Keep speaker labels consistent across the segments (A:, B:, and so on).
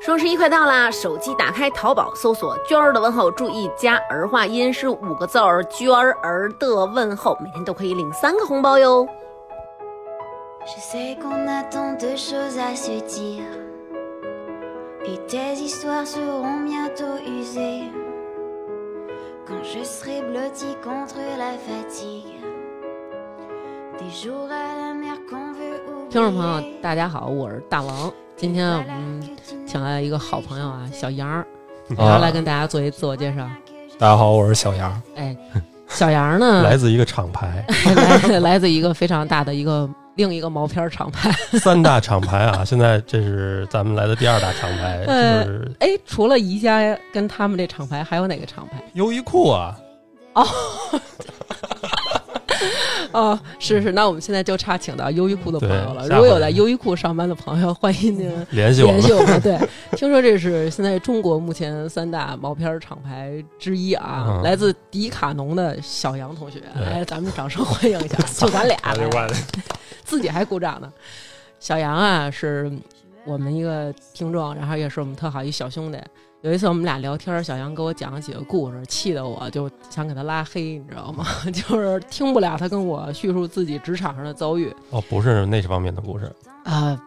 A: 双十一快到啦！手机打开淘宝，搜索“娟儿的问候”，注意加儿化音是五个字儿，“娟儿的问候”，每天都可以领三个红包哟。
B: Je sais qu'on a tant de choses à se dire. Et tes histoires seront bientôt usées. Quand je serai blotti contre la fatigue. Des jours à la mer qu'on veut oublier.
C: 听众朋友，大家好，我是大王。今天我们请来一个好朋友啊，小杨儿，然后来跟大家做一自我介绍。
D: 大家好，我是小杨，
C: 哎，小杨儿 呢，
D: 来自一个厂 牌，
C: 来来自一个非常大的一个另一个毛片儿厂牌。
D: 三大厂牌啊，现在这是咱们来的第二大厂牌，
C: 呃
D: 就是
C: 哎，除了宜家跟他们这厂牌，还有哪个厂牌？
D: 优衣库啊。
C: 哦，是是，那我们现在就差请到优衣库的朋友了。如
D: 对
C: 果有
D: 下
C: 在
D: 回
C: 优衣库上班的朋友，欢迎您
D: 联系我
C: 联
D: 们
C: 系，我们。对， 听说这是现在中国目前三大毛片儿厂牌之一啊，
D: 嗯
C: 来自迪卡侬的小杨同学，
D: 对
C: 来，咱们掌声欢迎一下， 就咱俩，来自己还鼓掌呢。小杨啊，是我们一个听众，然后也是我们特好一小兄弟。有一次我们俩聊天，小杨给我讲了几个故事，气得我就想给他拉黑，你知道吗？ 就是听不了他跟我叙述自己职场上的遭遇
D: 哦，不是那方面的故事，
C: 啊、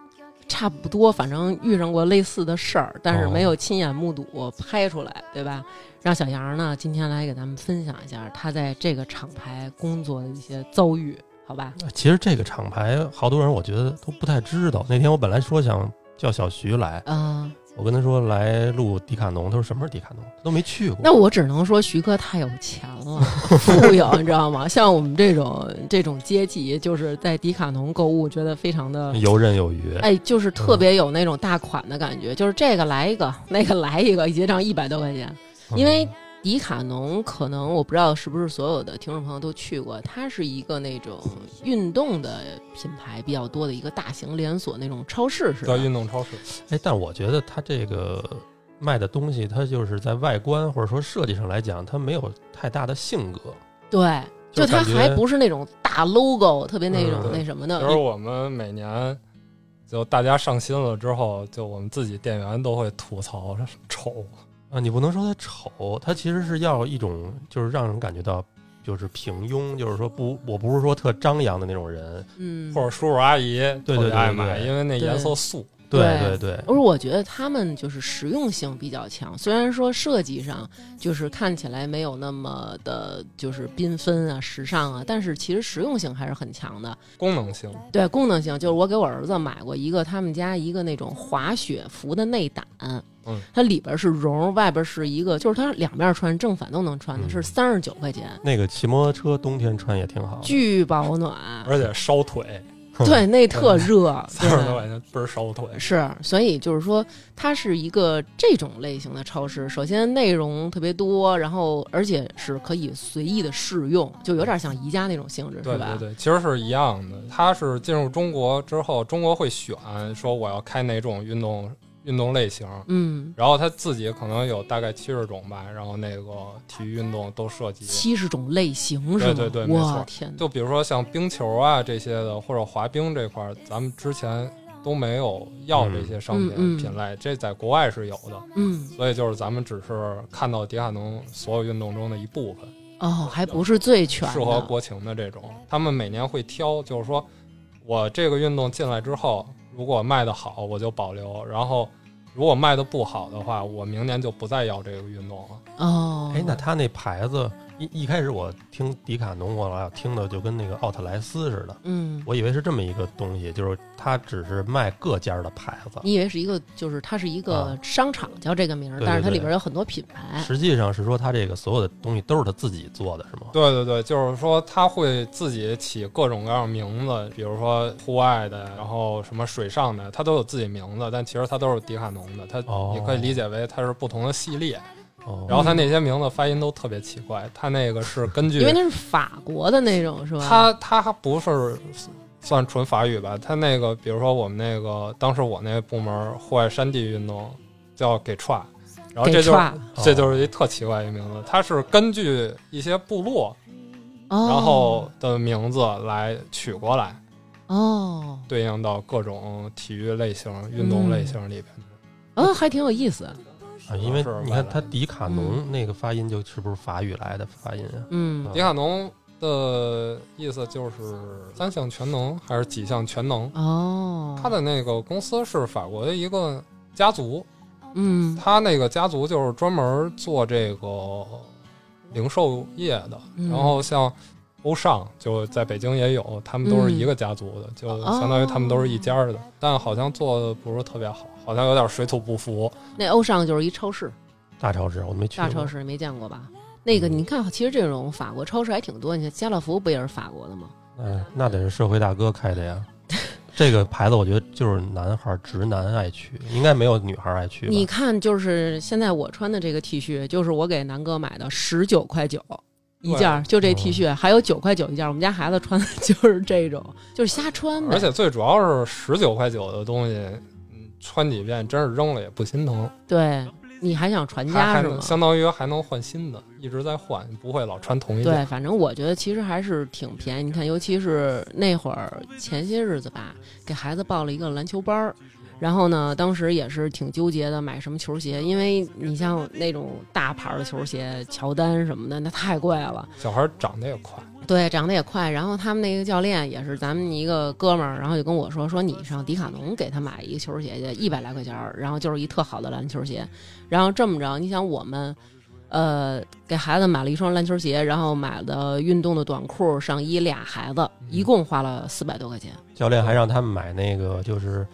C: 差不多，反正遇上过类似的事儿，但是没有亲眼目睹拍出来，对吧？让小杨呢今天来给咱们分享一下他在这个厂牌工作的一些遭遇，好吧？
D: 其实这个厂牌好多人我觉得都不太知道。那天我本来说想叫小徐来，
C: 嗯、
D: 我跟他说来录迪卡侬，他说什么是迪卡侬，他都没去过。
C: 那我只能说徐哥太有钱了，富有，你知道吗？像我们这种这种阶级，就是在迪卡侬购物，觉得非常的。
D: 游刃有余，
C: 哎，就是特别有那种大款的感觉，就是这个来一个，那个来一个，一结账一百多块钱。
D: 嗯
C: 因为迪卡侬可能我不知道是不是所有的听众朋友都去过，它是一个那种运动的品牌比较多的一个大型连锁那种超市似的。
E: 叫运动超市，
D: 哎，但我觉得他这个卖的东西，它就是在外观或者说设计上来讲，它没有太大的性格。
C: 对，就它
D: 感觉
C: 还不是那种大 logo，特别那种
D: 嗯
C: 那什么的。
E: 就是我们每年就大家上新了之后，就我们自己店员都会吐槽说丑，
D: 啊，你不能说它丑，它其实是要一种就是让人感觉到就是平庸，就是说不，我不是说特张扬的那种人。
C: 嗯，
E: 或者叔叔阿姨
D: 对对
E: 特别爱
D: 对对
E: 买，
D: 对
E: 因为那
C: 对
E: 颜色素。
D: 对
C: 对
D: 对对，
C: 而我觉得他们就是实用性比较强，虽然说设计上就是看起来没有那么的，就是缤纷啊、时尚啊，但是其实实用性还是很强的。
E: 功能性，
C: 对，功能性就是我给我儿子买过一个他们家一个那种滑雪服的内胆，
E: 嗯，
C: 它里边是绒，外边是一个，就是它两面穿，正反都能穿的，
D: 嗯
C: 是三十九块钱，
D: 那个骑摩托车冬天穿也挺好。
C: 巨保暖，
E: 而且烧腿，
C: 对，那特热，
E: 三
C: 对。
E: 十多块钱倍儿烧腿。
C: 是，所以就是说，它是一个这种类型的超市。首先内容特别多，然后而且是可以随意的试用，就有点像宜家那种性质，
E: 对
C: 是吧？
E: 对对，其实是一样的。它是进入中国之后，中国会选说我要开哪种运动运动类型，
C: 嗯，
E: 然后他自己可能有大概七十种吧，然后那个体育运动都涉及。
C: 七十种类型是吗？
E: 对对对没
C: 我
E: 错
C: 天哪！
E: 就比如说像冰球啊这些的，或者滑冰这块儿，咱们之前都没有要这些商品、
C: 嗯嗯嗯
E: 品类，这在国外是有的。
C: 嗯，
E: 所以就是咱们只是看到迪卡侬所有运动中的一部分，
C: 哦，还不是最全的，
E: 适合国情的这种，他们每年会挑，就是说我这个运动进来之后，如果卖的好，我就保留；然后如果卖的不好的话，我明年就不再要这个运动了。
C: 哦。
D: 哎，那他那牌子一一开始我听迪卡侬，我老听的就跟那个奥特莱斯似的，
C: 嗯，
D: 我以为是这么一个东西，就是它只是卖各家的牌子，
C: 你以为是一个，就是它是一个
D: 啊
C: 商场叫这个名儿，
D: 对
C: 但是
D: 对
C: 它里
D: 对
C: 边有很多品牌。
D: 实际上是说它这个所有的东西都是他自己做的，是吗？
E: 对对对，就是说他会自己起各种各样的名字，比如说户外的，然后什么水上的，他都有自己名字，但其实他都是迪卡侬的，他
D: 哦
E: 你可以理解为它是不同的系列。
D: 哦，
E: 然后他那些名字发音都特别奇怪，他那个是根据
C: 因为那是法国的那种，是吧？
E: 他他还不是算纯法语吧，他那个比如说我们那个当时我那部门户外山地运动叫给串。然后这
C: 给
E: 就是
C: 踹
E: 这就是一特奇怪一名字，它是根据一些部落
C: 哦，
E: 然后的名字来取过来，
C: 哦，
E: 对应到各种体育类型、运动类型里边。
C: 哎、嗯，还挺有意思。
D: 啊，因为
E: 是
D: 你
E: 外
D: 看
E: 来
D: 它迪卡侬那个发音就是不是法语来的发音啊？
C: 嗯
E: 迪卡侬的意思就是三项全能还是几项全能？
C: 哦，
E: 他的那个公司是法国的一个家族，
C: 嗯
E: 他那个家族就是专门做这个零售业的。
C: 嗯
E: 然后像欧尚就在北京也有，他们都是一个家族的，就相当于他们都是一家的。但好像做的不是特别好，好像有点水土不服。
C: 那欧尚就是一超市，
D: 大超市我都没去过。
C: 大超市没见过吧？那
D: 嗯
C: 个你看，其实这种法国超市还挺多。你看家乐福不也是法国的吗？
D: 嗯，那得是社会大哥开的呀。 这个牌子我觉得就是男孩儿直男爱去，应该没有女孩儿爱去吧。
C: 你看，就是现在我穿的这个 T 恤，就是我给南哥买的，十九块九一件儿，就这 T 恤，还有九块九一件儿。我们家孩子穿的就是这种，就是瞎穿呗。
E: 而且最主要是十九块九的东西，嗯，穿几遍真是扔了也不心疼，
C: 对，你还想传
E: 还
C: 家
E: 还
C: 是
E: 能
C: 吗？
E: 相当于还能换新的，一直在换，不会老穿同一件。
C: 对，反正我觉得其实还是挺便宜。你看，尤其是那会儿前些日子吧，给孩子报了一个篮球班儿，然后呢，当时也是挺纠结的，买什么球鞋，因为你像那种大牌儿的球鞋，乔丹什么的，那太贵了。
E: 小孩长得也快，
C: 对，长得也快。然后他们那个教练也是咱们一个哥们儿，然后就跟我说说你上迪卡侬给他买一个球鞋去，一百来块钱儿，然后就是一特好的篮球鞋。然后这么着，你想我们，呃，给孩子买了一双篮球鞋，然后买了运动的短裤、上衣俩孩子，
D: 嗯
C: 一共花了四百多块钱。
D: 教练还让他们买那个就是，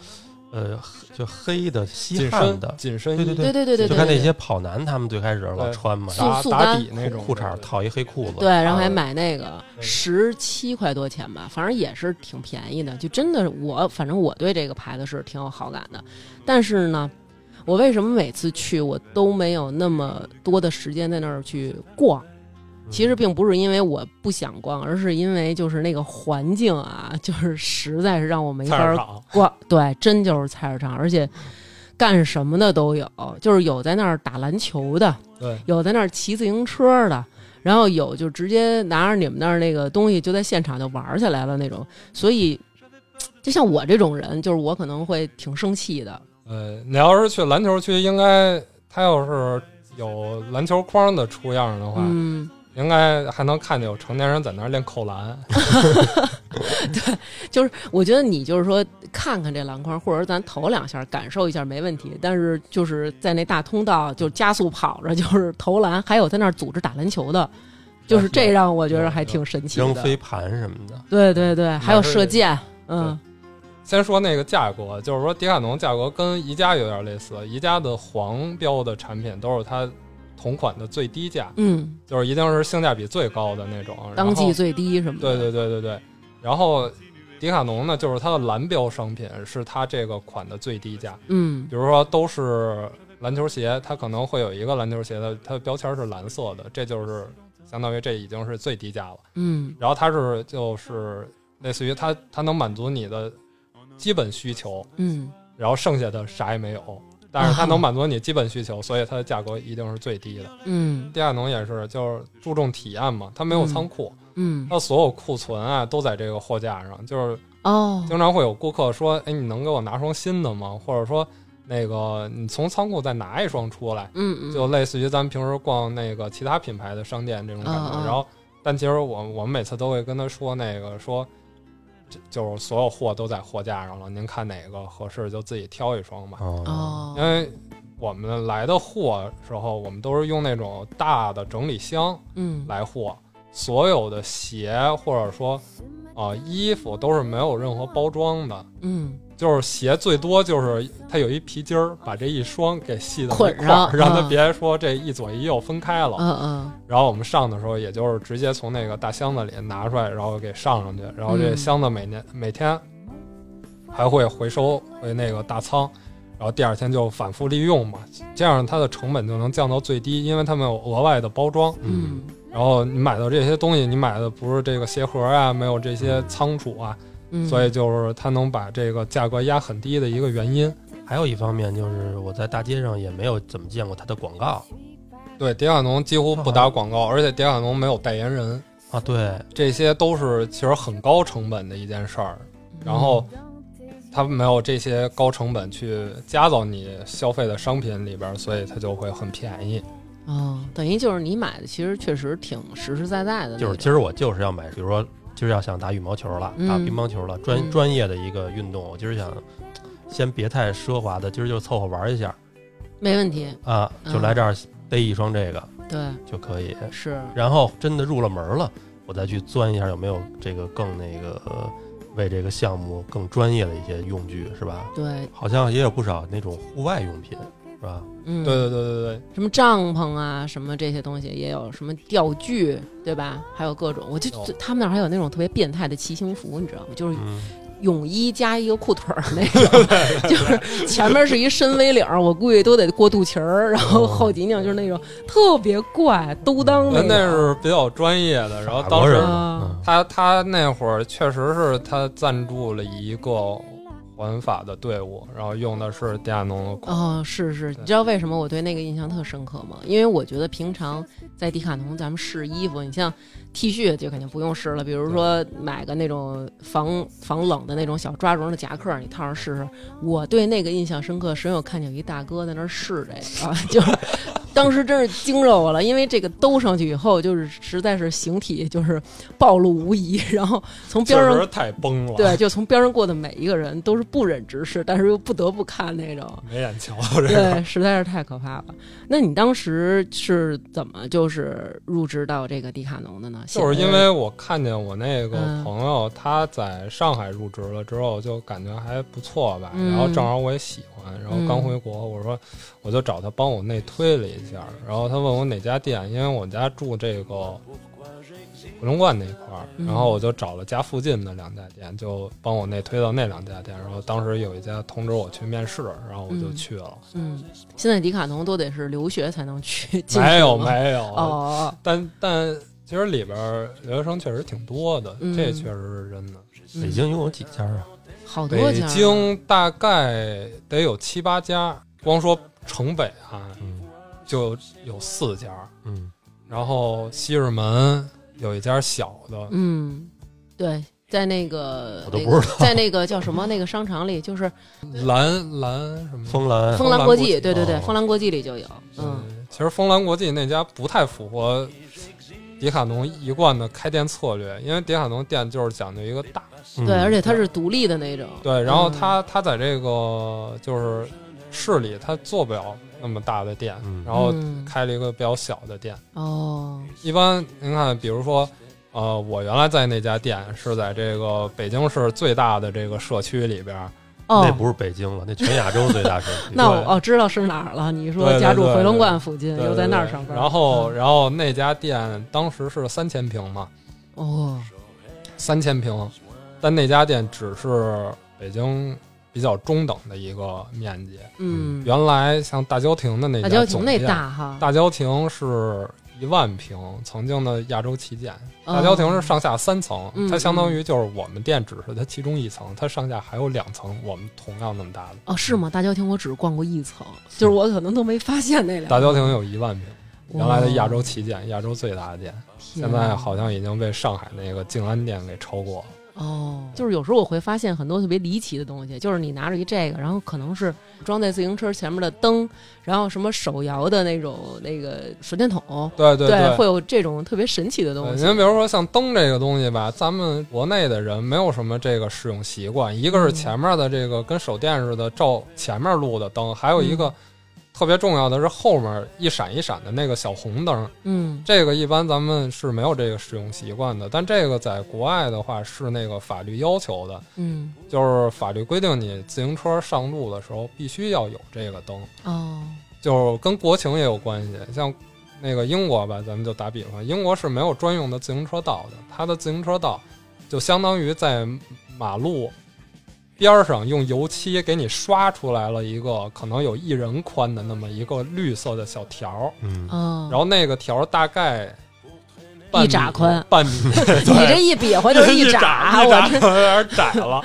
D: 呃，就黑的吸
E: 紧
D: 汗
E: 身
D: 的，
E: 紧身衣，
D: 对对
C: 对对对对
D: 就
C: 对，
D: 看那
C: 对
D: 些跑男他们最开始老穿嘛，
C: 对
E: 打
C: 速
E: 打
C: 干
E: 底那种
D: 裤衩套一黑裤子，
C: 对，然后还
E: 呃
C: 买那个十七块多钱吧，反正也是挺便宜的。就真的我，反正我对这个牌子是挺有好感的。但是呢，我为什么每次去我都没有那么多的时间在那儿去逛？
E: 嗯
D: 嗯
C: 其实并不是因为我不想逛，而是因为就是那个环境啊，就是实在是让我没法
E: 菜市
C: 儿
E: 场。嗯
C: 逛。对，真就是菜市场，而且干什么的都有，就是有在那儿打篮球的，
E: 对，
C: 有在那儿骑自行车的，然后有就直接拿着你们那儿那个东西就在现场就玩儿起来了那种。所以，就像我这种人，就是我可能会挺生气的。
E: 呃，你要是去篮球区，应该他要是有篮球框的出样的话，
C: 嗯，
E: 应该还能看见有成年人在那儿练扣篮。
C: 就是我觉得你就是说看看这篮筐，或者咱投两下感受一下没问题，但是就是在那大通道就加速跑着就是投篮，还有在那儿组织打篮球的，就是这让我觉得还挺神奇
D: 扔
C: 的。
D: 飞盘什么的。
C: 对对对，还有射箭，
E: 对
C: 嗯
E: 先说那个价格，就是说迪卡侬价格跟宜家有点类似，宜家的黄标的产品都是它同款的最低价，
C: 嗯，
E: 就是一定是性价比最高的那种。然
C: 当
E: 后
C: 季最低什么的。
E: 对对对对对，然后迪卡侬呢，就是它的蓝标商品是它这个款的最低价，
C: 嗯
E: 比如说都是篮球鞋，它可能会有一个篮球鞋的，它的标签是蓝色的，这就是相当于这已经是最低价了。
C: 嗯。
E: 然后它是就是类似于它它能满足你的基本需求，
C: 嗯，
E: 然后剩下的啥也没有，但是它能满足你基本需求，所以它的价格一定是最低的。
C: 嗯
E: 迪卡侬也是，就是注重体验嘛，它没有仓库，
C: 嗯
E: 它所有库存啊都在这个货架上，就是
C: 哦，
E: 经常会有顾客说：“哎，你能给我拿双新的吗？”或者说，那个你从仓库再拿一双出来，
C: 嗯嗯，
E: 就类似于咱们平时逛那个其他品牌的商店这种感觉。
C: 嗯嗯
E: 然后，但其实我我们每次都会跟他说那个说，这就是所有货都在货架上了，您看哪个合适就自己挑一双吧。
D: 哦，
C: 哦，
E: 因为我们来的货时候，我们都是用那种大的整理箱
C: 嗯
E: 来货，所有的鞋或者说啊、衣服都是没有任何包装的。
C: 嗯，
E: 就是鞋最多就是它有一皮筋儿，把这一双给系到一
C: 捆
E: 块儿，
C: 上
E: 让它
C: 嗯
E: 别说这一左一右分开了。
C: 嗯嗯，
E: 然后我们上的时候，也就是直接从那个大箱子里拿出来，然后给上上去。然后这
C: 嗯
E: 箱子每年、每天还会回收回那个大仓，然后第二天就反复利用嘛，这样它的成本就能降到最低，因为它们有额外的包装。
D: 嗯，
E: 然后你买到这些东西，你买的不是这个鞋盒啊，没有这些仓储啊，
C: 嗯，
E: 所以就是它能把这个价格压很低的一个原因。
D: 还有一方面就是我在大街上也没有怎么见过它的广告
E: 对，迪卡侬几乎不打广告，而且迪卡侬没有代言人，
D: 啊，对，
C: 嗯
E: 这些都是其实很高成本的一件事儿。然后，它没有这些高成本去加到你消费的商品里边，所以它就会很便宜。
C: 哦，等于就是你买的其实确实挺实实在在的那种，
D: 就是今儿我就是要买，比如说今儿要想打羽毛球了，
C: 嗯
D: 打乒乓球了，专
C: 嗯
D: 专业的一个运动，我今儿想先别太奢华的，今儿就凑合玩一下
C: 没问题。
D: 啊，
C: 嗯
D: 就来这儿逮一双这个
C: 对，
D: 就可以。
C: 是，
D: 然后真的入了门了，我再去钻一下有没有这个更那个呃为这个项目更专业的一些用具，是吧？
C: 对，
D: 好像也有不少那种户外用品，是吧？
C: 嗯，
E: 对对对对对，
C: 什么帐篷啊，什么这些东西也有，什么钓具，对吧？还有各种，我就
E: 有
C: 就他们那儿还有那种特别变态的骑行服，你知道吗？就是
D: 嗯，
C: 泳衣加一个裤腿儿那种， 就是前面是一深 V 领儿，我估计都得过肚脐儿，然后后脊梁就是那种特别怪兜裆
E: 哦那
C: 种
E: 那是比较专业的。然后当
D: 法国人
E: 时
C: 啊
D: 嗯，
E: 他他那会儿确实是他赞助了一个环法的队伍，然后用的是迪亚侬的款。
C: 哦，是是，你
E: 对
C: 知道为什么我对那个印象特深刻吗？因为我觉得平常在迪卡侬咱们试衣服，你像 T 恤就肯定不用试了，比如说买个那种防防冷的那种小抓绒的夹克，你套上试试。我对那个印象深刻，是因为我看见有一大哥在那儿试这个，啊， 就是当时真是惊着我了，因为这个兜上去以后，就是实在是形体就是暴露无遗，然后从
E: 确
C: 边上
E: 实太崩了，
C: 对，就从边上过的每一个人都是不忍直视，但是又不得不看那种。
E: 没眼瞧这个。
C: 对，实在是太可怕了。那你当时是怎么就是入职到这个迪卡侬的呢？
E: 就是
C: 写的
E: 因为我看见我那个
C: 嗯
E: 朋友他在上海入职了之后，就感觉还不错吧，
C: 嗯
E: 然后正好我也喜欢，然后刚回国，我说我就找他帮我内推了一下，然后他问我哪家店，因为我家住这个回龙观那块儿，
C: 嗯
E: 然后我就找了家附近的两家店，就帮我内推到那两家店，然后当时有一家通知我去面试，然后我就
C: 嗯
E: 去了，
C: 嗯，现在迪卡侬都得是留学才能去，进去
E: 没有
C: 吗
E: 没有
C: 哦，
E: 但但其实里边儿留学生确实挺多的，
C: 嗯
E: 这确实是真的。
C: 嗯
D: 北京一共有几家啊？
C: 好多
E: 北
C: 家儿
E: 京大概得有七八家，光说城北啊
D: 嗯
E: 就有四家，
D: 嗯，
E: 然后西直门有一家小的，
C: 嗯，对，在那个
D: 我都
C: 那
D: 不
C: 个
D: 知道
C: 在那个叫什么那个商场里，就是
E: 蓝蓝
C: 嗯
E: 什么。
D: 枫兰
C: 枫
E: 兰
C: 兰国
E: 国
C: 际，
E: 际
C: 对对对
D: 哦，
C: 枫兰国际里就有，嗯，
E: 嗯，其实枫兰国际那家不太符合迪卡侬一贯的开店策略，因为迪卡侬店就是讲究一个大
C: 对，而
D: 且
C: 且它是独立的那种，
E: 嗯对，然后
C: 嗯
E: 他他在这个就是市里，他做不了那么大的店，
D: 嗯
E: 然后
C: 嗯
E: 开了一个比较小的店。
C: 哦，
E: 一般您看，比如说，呃，我原来在那家店是在这个北京市最大的这个社区里边儿，
D: 那
C: 哦，
D: 不是北京 了，那全亚洲最大城市。
C: 那
E: 对
C: 我哦知道是哪儿了，你
E: 对
C: 说
E: 对
C: 家住
E: 对
C: 回龙
E: 对
C: 观附近，
E: 对
C: 又嗯在那儿
E: 对
C: 上班，
E: 然后，
C: 嗯
E: 然后那家店当时是三千平嘛，
C: 哦，
E: 三千平，但那家店只是北京比较中等的一个面积。
C: 嗯，
E: 原来像大郊亭的那
C: 大
E: 家
C: 郊亭
E: 总
C: 那
E: 店
C: 大哈，
E: 大郊亭是一万平，曾经的亚洲旗舰。
C: 哦
E: 大郊亭是上下三层，
C: 嗯
E: 它相当于就是我们店只是它其中一层，它上下还有两层，我们同样那么大的。
C: 哦，是吗？大郊亭我只逛过一层，就是我可能都没发现那两
E: 大
C: 个。
E: 郊亭有一万平，
C: 哇
E: 原来的亚洲旗舰，亚洲最大的店，
C: 天啊
E: 现在好像已经被上海那个静安店给超过了。
C: 哦，就是有时候我会发现很多特别离奇的东西，就是你拿着一这个，然后可能是装在自行车前面的灯，然后什么手摇的那种那个手电筒，
E: 对对
C: 会有这种特别神奇的
E: 对，
C: 东西
E: 您。比如说像灯这个东西吧，咱们国内的人没有什么这个使用习惯，一个是
C: 嗯
E: 前面的这个跟手电似的照前面路的灯，还有一
C: 嗯
E: 个特别重要的是后面一闪一闪的那个小红灯，
C: 嗯，
E: 这个一般咱们是没有这个使用习惯的，但这个在国外的话是那个法律要求的，
C: 嗯，
E: 就是法律规定你自行车上路的时候必须要有这个灯。
C: 哦，
E: 就是跟国情也有关系。像那个英国吧，咱们就打比方，英国是没有专用的自行车道的，它的自行车道就相当于在马路边儿上用油漆给你刷出来了一个可能有一人宽的那么一个绿色的小条儿，
D: 嗯，
C: 哦，
E: 然后那个条儿大概半
C: 一拃
E: 米
C: 宽
E: 半米，
C: 你这一比划就是
E: 一
C: 一
E: 拃
C: 拃，
E: 一
C: 我
E: 拃有点窄了。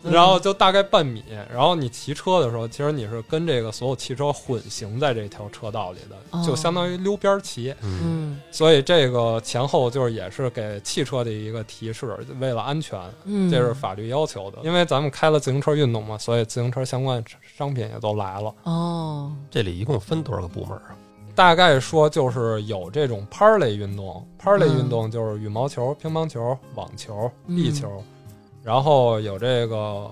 E: 然后就大概半米。然后你骑车的时候，其实你是跟这个所有汽车混行在这条车道里
C: 哦
E: 的，就相当于溜边儿骑。
D: 嗯，
C: 嗯
E: 所以这个前后就是也是给汽车的一个提示，为了安全，
C: 嗯，
E: 这是法律要求的。因为咱们开了自行车运动嘛，所以自行车相关的商品也都来了。
C: 哦，
D: 这里一共分多少个部门啊？
E: 大概说就是有这种拍儿类运动，拍儿类
C: 嗯
E: 运动就是羽毛球、乒乓球、网球、
C: 嗯
E: 壁球，然后有这个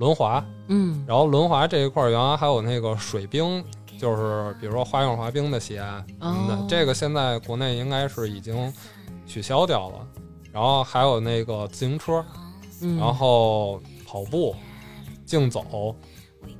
E: 轮滑，
C: 嗯
E: 然后轮滑这一块儿原来还有那个水冰，就是比如说花样滑冰的鞋什么的，
C: 哦
E: 这个现在国内应该是已经取消掉了。然后还有那个自行车，
C: 嗯，
E: 然后跑步、竞走，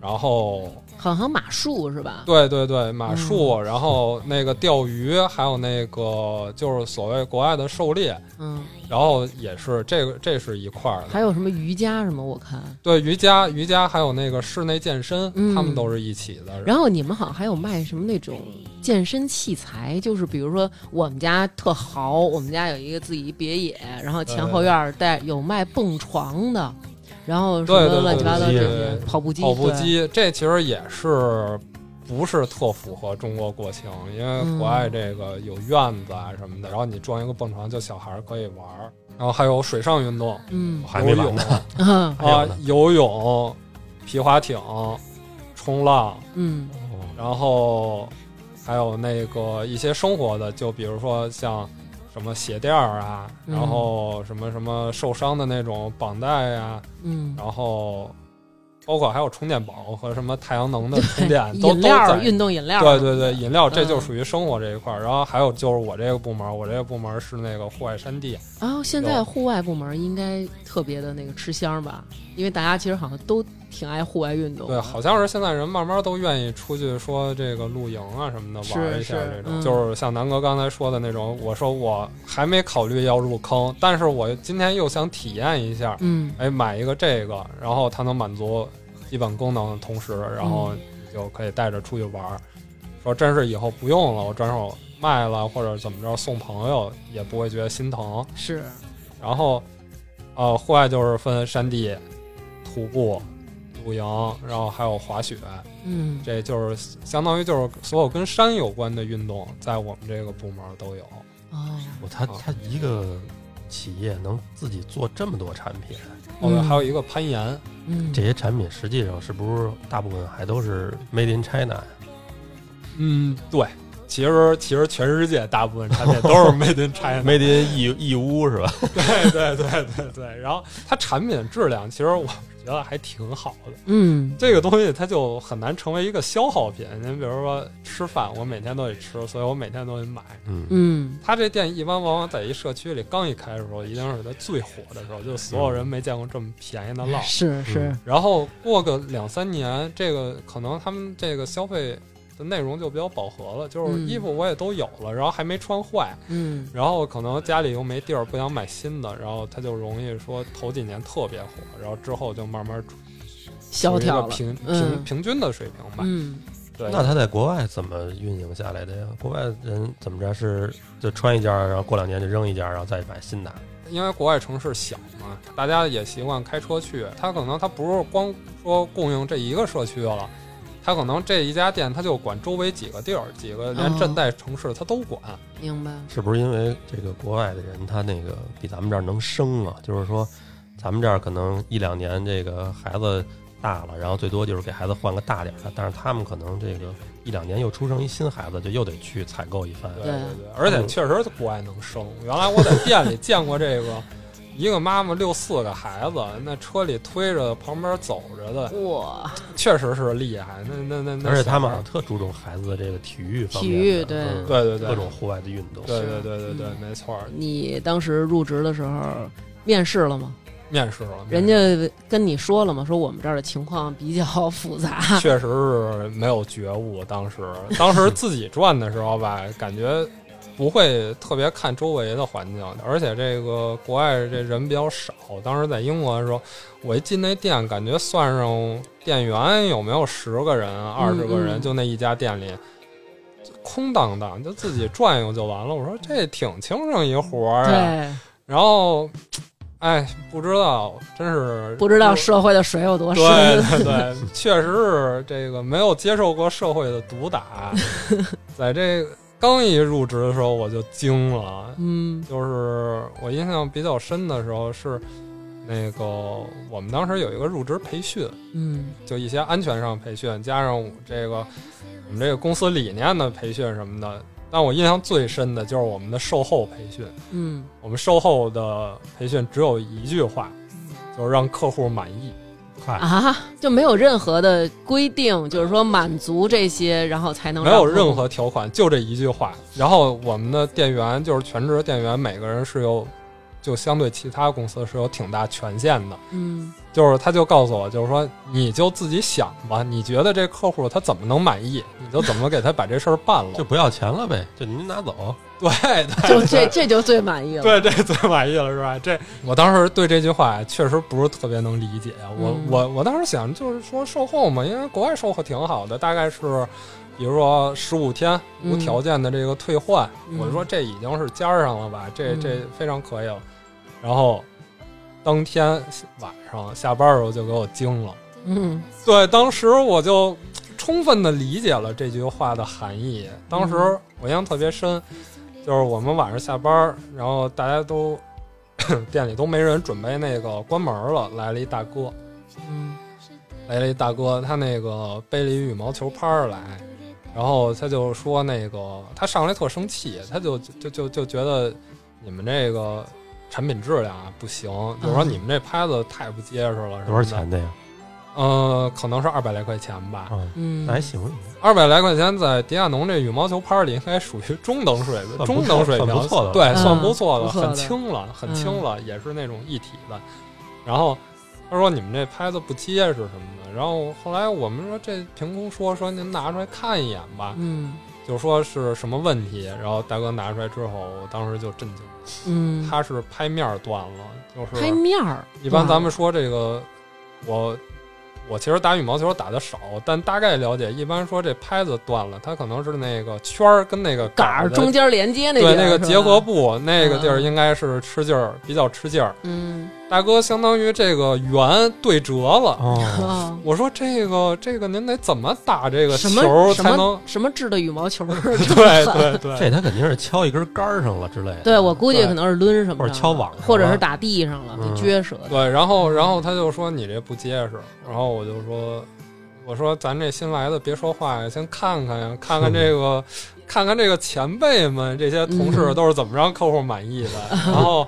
E: 然后
C: 好像马术是吧？
E: 对对对，
C: 嗯
E: 马术，然后那个钓鱼，还有那个就是所谓国外的狩猎，
C: 嗯，
E: 然后也是这个这是一块儿的。
C: 还有什么瑜伽什么？我看，
E: 对瑜伽，瑜伽还有那个室内健身，
C: 嗯
E: 他们都是一起的。
C: 然后你们好像还有卖什么那种健身器材，就是比如说我们家特豪，我们家有一个自己别野，然后前后院儿带有卖蹦床的，然后什
E: 对
C: 么
E: 对
C: 乱七八糟这
D: 对
C: 些
E: 对对
C: 跑步机，
E: 跑步
C: 对，
E: 机这其实也是不是特符合中国国情，因
C: 嗯
E: 为国外这个有院子啊什么的，然后你装一个蹦床，就小孩儿可以玩儿。然后还有水上运动，
C: 嗯
D: 我还没
E: 游
D: 完
E: 泳
D: 呢，
C: 嗯
D: 还有
E: 啊
D: 呢，
E: 游泳、皮划艇、冲浪。
C: 嗯
D: 哦
E: 然后还有那个一些生活的，就比如说像什么鞋垫儿啊，
C: 嗯
E: 然后什么什么受伤的那种绑带呀、
C: 嗯，
E: 然后包括还有充电宝和什么太阳能的 充电，都
C: 饮料
E: 都
C: 儿、
E: 在。
C: 运动饮料，
E: 对，对对，饮料这
C: 嗯
E: 就属于生活这一块儿。然后还有就是我这个部门，我这个部门是那个户外山地，
C: 然后哦现在
E: 有
C: 户外部门应该特别的那个吃香吧，因为大家其实好像都挺爱户外运动的，
E: 对，好像是现在人慢慢都愿意出去说这个露营啊什么的
C: 是
E: 玩一下
C: 是
E: 这种，
C: 嗯
E: 就是像南哥刚才说的那种。我说我还没考虑要入坑，但是我今天又想体验一下，
C: 嗯
E: 哎，买一个这个，然后它能满足基本功能的同时，然后你就可以带着出去玩儿。说真是以后不用了，我转手卖了或者怎么着送朋友也不会觉得心疼。
C: 是，
E: 然后，呃，户外就是分山地、徒步、露营，然后还有滑雪。
C: 嗯
E: 这就是相当于就是所有跟山有关的运动，在我们这个部门都有。
C: 哦，
D: 我他他一个企业能自己做这么多产品，
E: 哦，对，
C: 嗯
E: 还有一个攀岩，
C: 嗯，
D: 这些产品实际上是不是大部分还都是 Made in China 呀？
E: 嗯，对，其实其实全世界大部分产品都是 Made in China，
D: ？Made in 义义乌是吧？
E: 对对对对对。然后它产品质量，其实我觉得还挺好的。
C: 嗯
E: 这个东西它就很难成为一个消耗品。您比如说吃饭，我每天都得吃，所以我每天都得买。
D: 嗯，
C: 嗯
E: 它这店一般往往在一社区里刚一开的时候，一定是它最火的时候，就所有人没见过这么便宜的酪。
C: 是是，
E: 然后过个两三年，这个可能他们这个消费的内容就比较饱和了，就是
C: 嗯
E: 衣服我也都有了，然后还没穿坏，
C: 嗯
E: 然后可能家里又没地儿，不想买新的，然后他就容易说头几年特别火，然后之后就慢慢处
C: 萧
E: 于一个
C: 条了，
E: 平
C: 嗯
E: 平平均的水平吧。
C: 嗯
E: 对，
D: 那他在国外怎么运营下来的呀？国外人怎么着是就穿一件儿，然后过两年就扔一件儿，然后再买新的？
E: 因为国外城市小嘛，大家也习惯开车去。它可能它不是光说供应这一个社区了，它可能这一家店它就管周围几个地儿、几个连镇带城市它都管。
C: 明白，
D: 是不是因为这个国外的人他那个比咱们这儿能生啊？就是说，咱们这儿可能一两年这个孩子大了，然后最多就是给孩子换个大点儿的，但是他们可能这个一两年又出生一新孩子，就又得去采购一番。
E: 对
C: 对
E: 对，而且确实国外能生。原来我在店里见过这个，一个妈妈六四个孩子，那车里推着，旁边走着的，
A: 哇，
E: 确实是厉害。那那那那，
D: 而且他们好像啊特注重孩子的这个体育方面的，
C: 体育对
D: 嗯
E: 对对对
D: 各种户外的运动。
E: 对对对对对，
C: 嗯
E: 没错儿，
C: 你当时入职的时候面试了吗？
E: 面试了，
C: 人
E: 面试了
C: 家跟你说了吗？说我们这儿的情况比较复 杂，
E: 确实是没有觉悟。当时，当时自己转的时候吧，感觉不会特别看周围的环境，而且这个国外这人比较少。当时在英国的时候，我一进那店，感觉算上店员有没有十个人、二十个人，
C: 嗯
E: 就那一家店里。就空荡荡，就自己转悠就完了。我说这挺轻松一活儿啊。
C: 对，
E: 然后，哎，不知道，真是
C: 不知道社会的水有多深。
E: 对对对， 确实是这个没有接受过社会的毒打，在这刚一入职的时候我就惊了，
C: 嗯
E: 就是我印象比较深的时候是那个我们当时有一个入职培训，
C: 嗯
E: 就一些安全上培训，加上我这个我们这个公司理念的培训什么的。但我印象最深的就是我们的售后培训，
C: 嗯，
E: 我们售后的培训只有一句话，就是让客户满意。
D: 快，
C: 啊，就没有任何的规定，就是说满足这些，然后才能
E: 没有
C: 让客户
E: 任何条款，就这一句话。然后我们的店员就是全职店员，每个人是有，就相对其他公司是有挺大权限的。
C: 嗯
E: 就是他就告诉我，就是说你就自己想吧，你觉得这客户他怎么能满意，你就怎么给他把这事儿办了。
D: 就不要钱了呗，就您拿走。
E: 对对，
C: 就这这就最满意了。
E: 对，这最满意了是吧？这我当时对这句话确实不是特别能理解。啊我、
C: 嗯
E: 我我当时想就是说售后嘛，因为国外售后挺好的，大概是比如说十五天
C: 嗯
E: 无条件的这个退换，
C: 嗯
E: 我说这已经是尖儿上了吧，这
C: 嗯
E: 这非常可以了。然后当天晚上下班的时候就给我惊了，
C: 嗯
E: 对，当时我就充分的理解了这句话的含义。当时
D: 嗯
E: 我印象特别深，就是我们晚上下班儿，然后大家都 店里都没人，准备那个关门了，来了一大哥，
C: 嗯
E: 来了一大哥，他那个背了一羽毛球拍儿来，然后他就说那个他上来特生气，他就就就就觉得你们这个产品质量啊不行，就说
C: 嗯
E: 你们这拍子太不结实了，什
D: 多少
E: 么的？
D: 钱的呀？
E: 呃，可能是二百来块钱吧。
D: 啊，
C: 嗯，
D: 那还行，
E: 二百来块钱在迪亚侬这羽毛球拍里应该属于中等水平，
D: 算不错
E: 中等水平
D: 算不错的了
E: 对，
C: 嗯
E: 算不错的，
C: 不错的
E: 很轻了，
C: 嗯
E: 很轻了，也是那种一体的。然后他说你们这拍子不结实什么的，然后后来我们说这凭空说说您拿出来看一眼吧，
C: 嗯
E: 就说是什么问题，然后大哥拿出来之后，我当时就震惊，
C: 嗯，
E: 他是拍面儿断了，就是
C: 拍面儿，
E: 一般咱
C: 哇
E: 们说这个，我我其实打羽毛球打的少，但大概了解，一般说这拍子断了，它可能是那个圈儿跟那个
C: 杆儿
E: 的
C: 中间连接那
E: 对
C: 地儿
E: 那
C: 是
E: 个
C: 吧
E: 结合部那个地
C: 嗯
E: 儿
C: 嗯
E: 应该是吃劲儿，比较吃劲儿。
C: 嗯
E: 大哥相当于这个圆对折了。
D: 哦，
C: 哦。
E: 我说这个这个您得怎么打这个
C: 什么
E: 球儿
C: 什
E: 才能
C: 么？什么制的羽毛球？
E: 对对对
D: 这他肯定是敲一根杆儿上了之类的。
C: 对，我估计
E: 对
C: 可能是抡什么，
D: 或者敲网上了
C: 或者是打地上了，给
D: 嗯
C: 撅折的。
E: 对，然后然后他就说你这不结实，然后我就说，我说咱这新来的别说话呀，先看看呀，看看这个，看看这个前辈们这些同事
C: 嗯
E: 都是怎么让客户满意的，然后。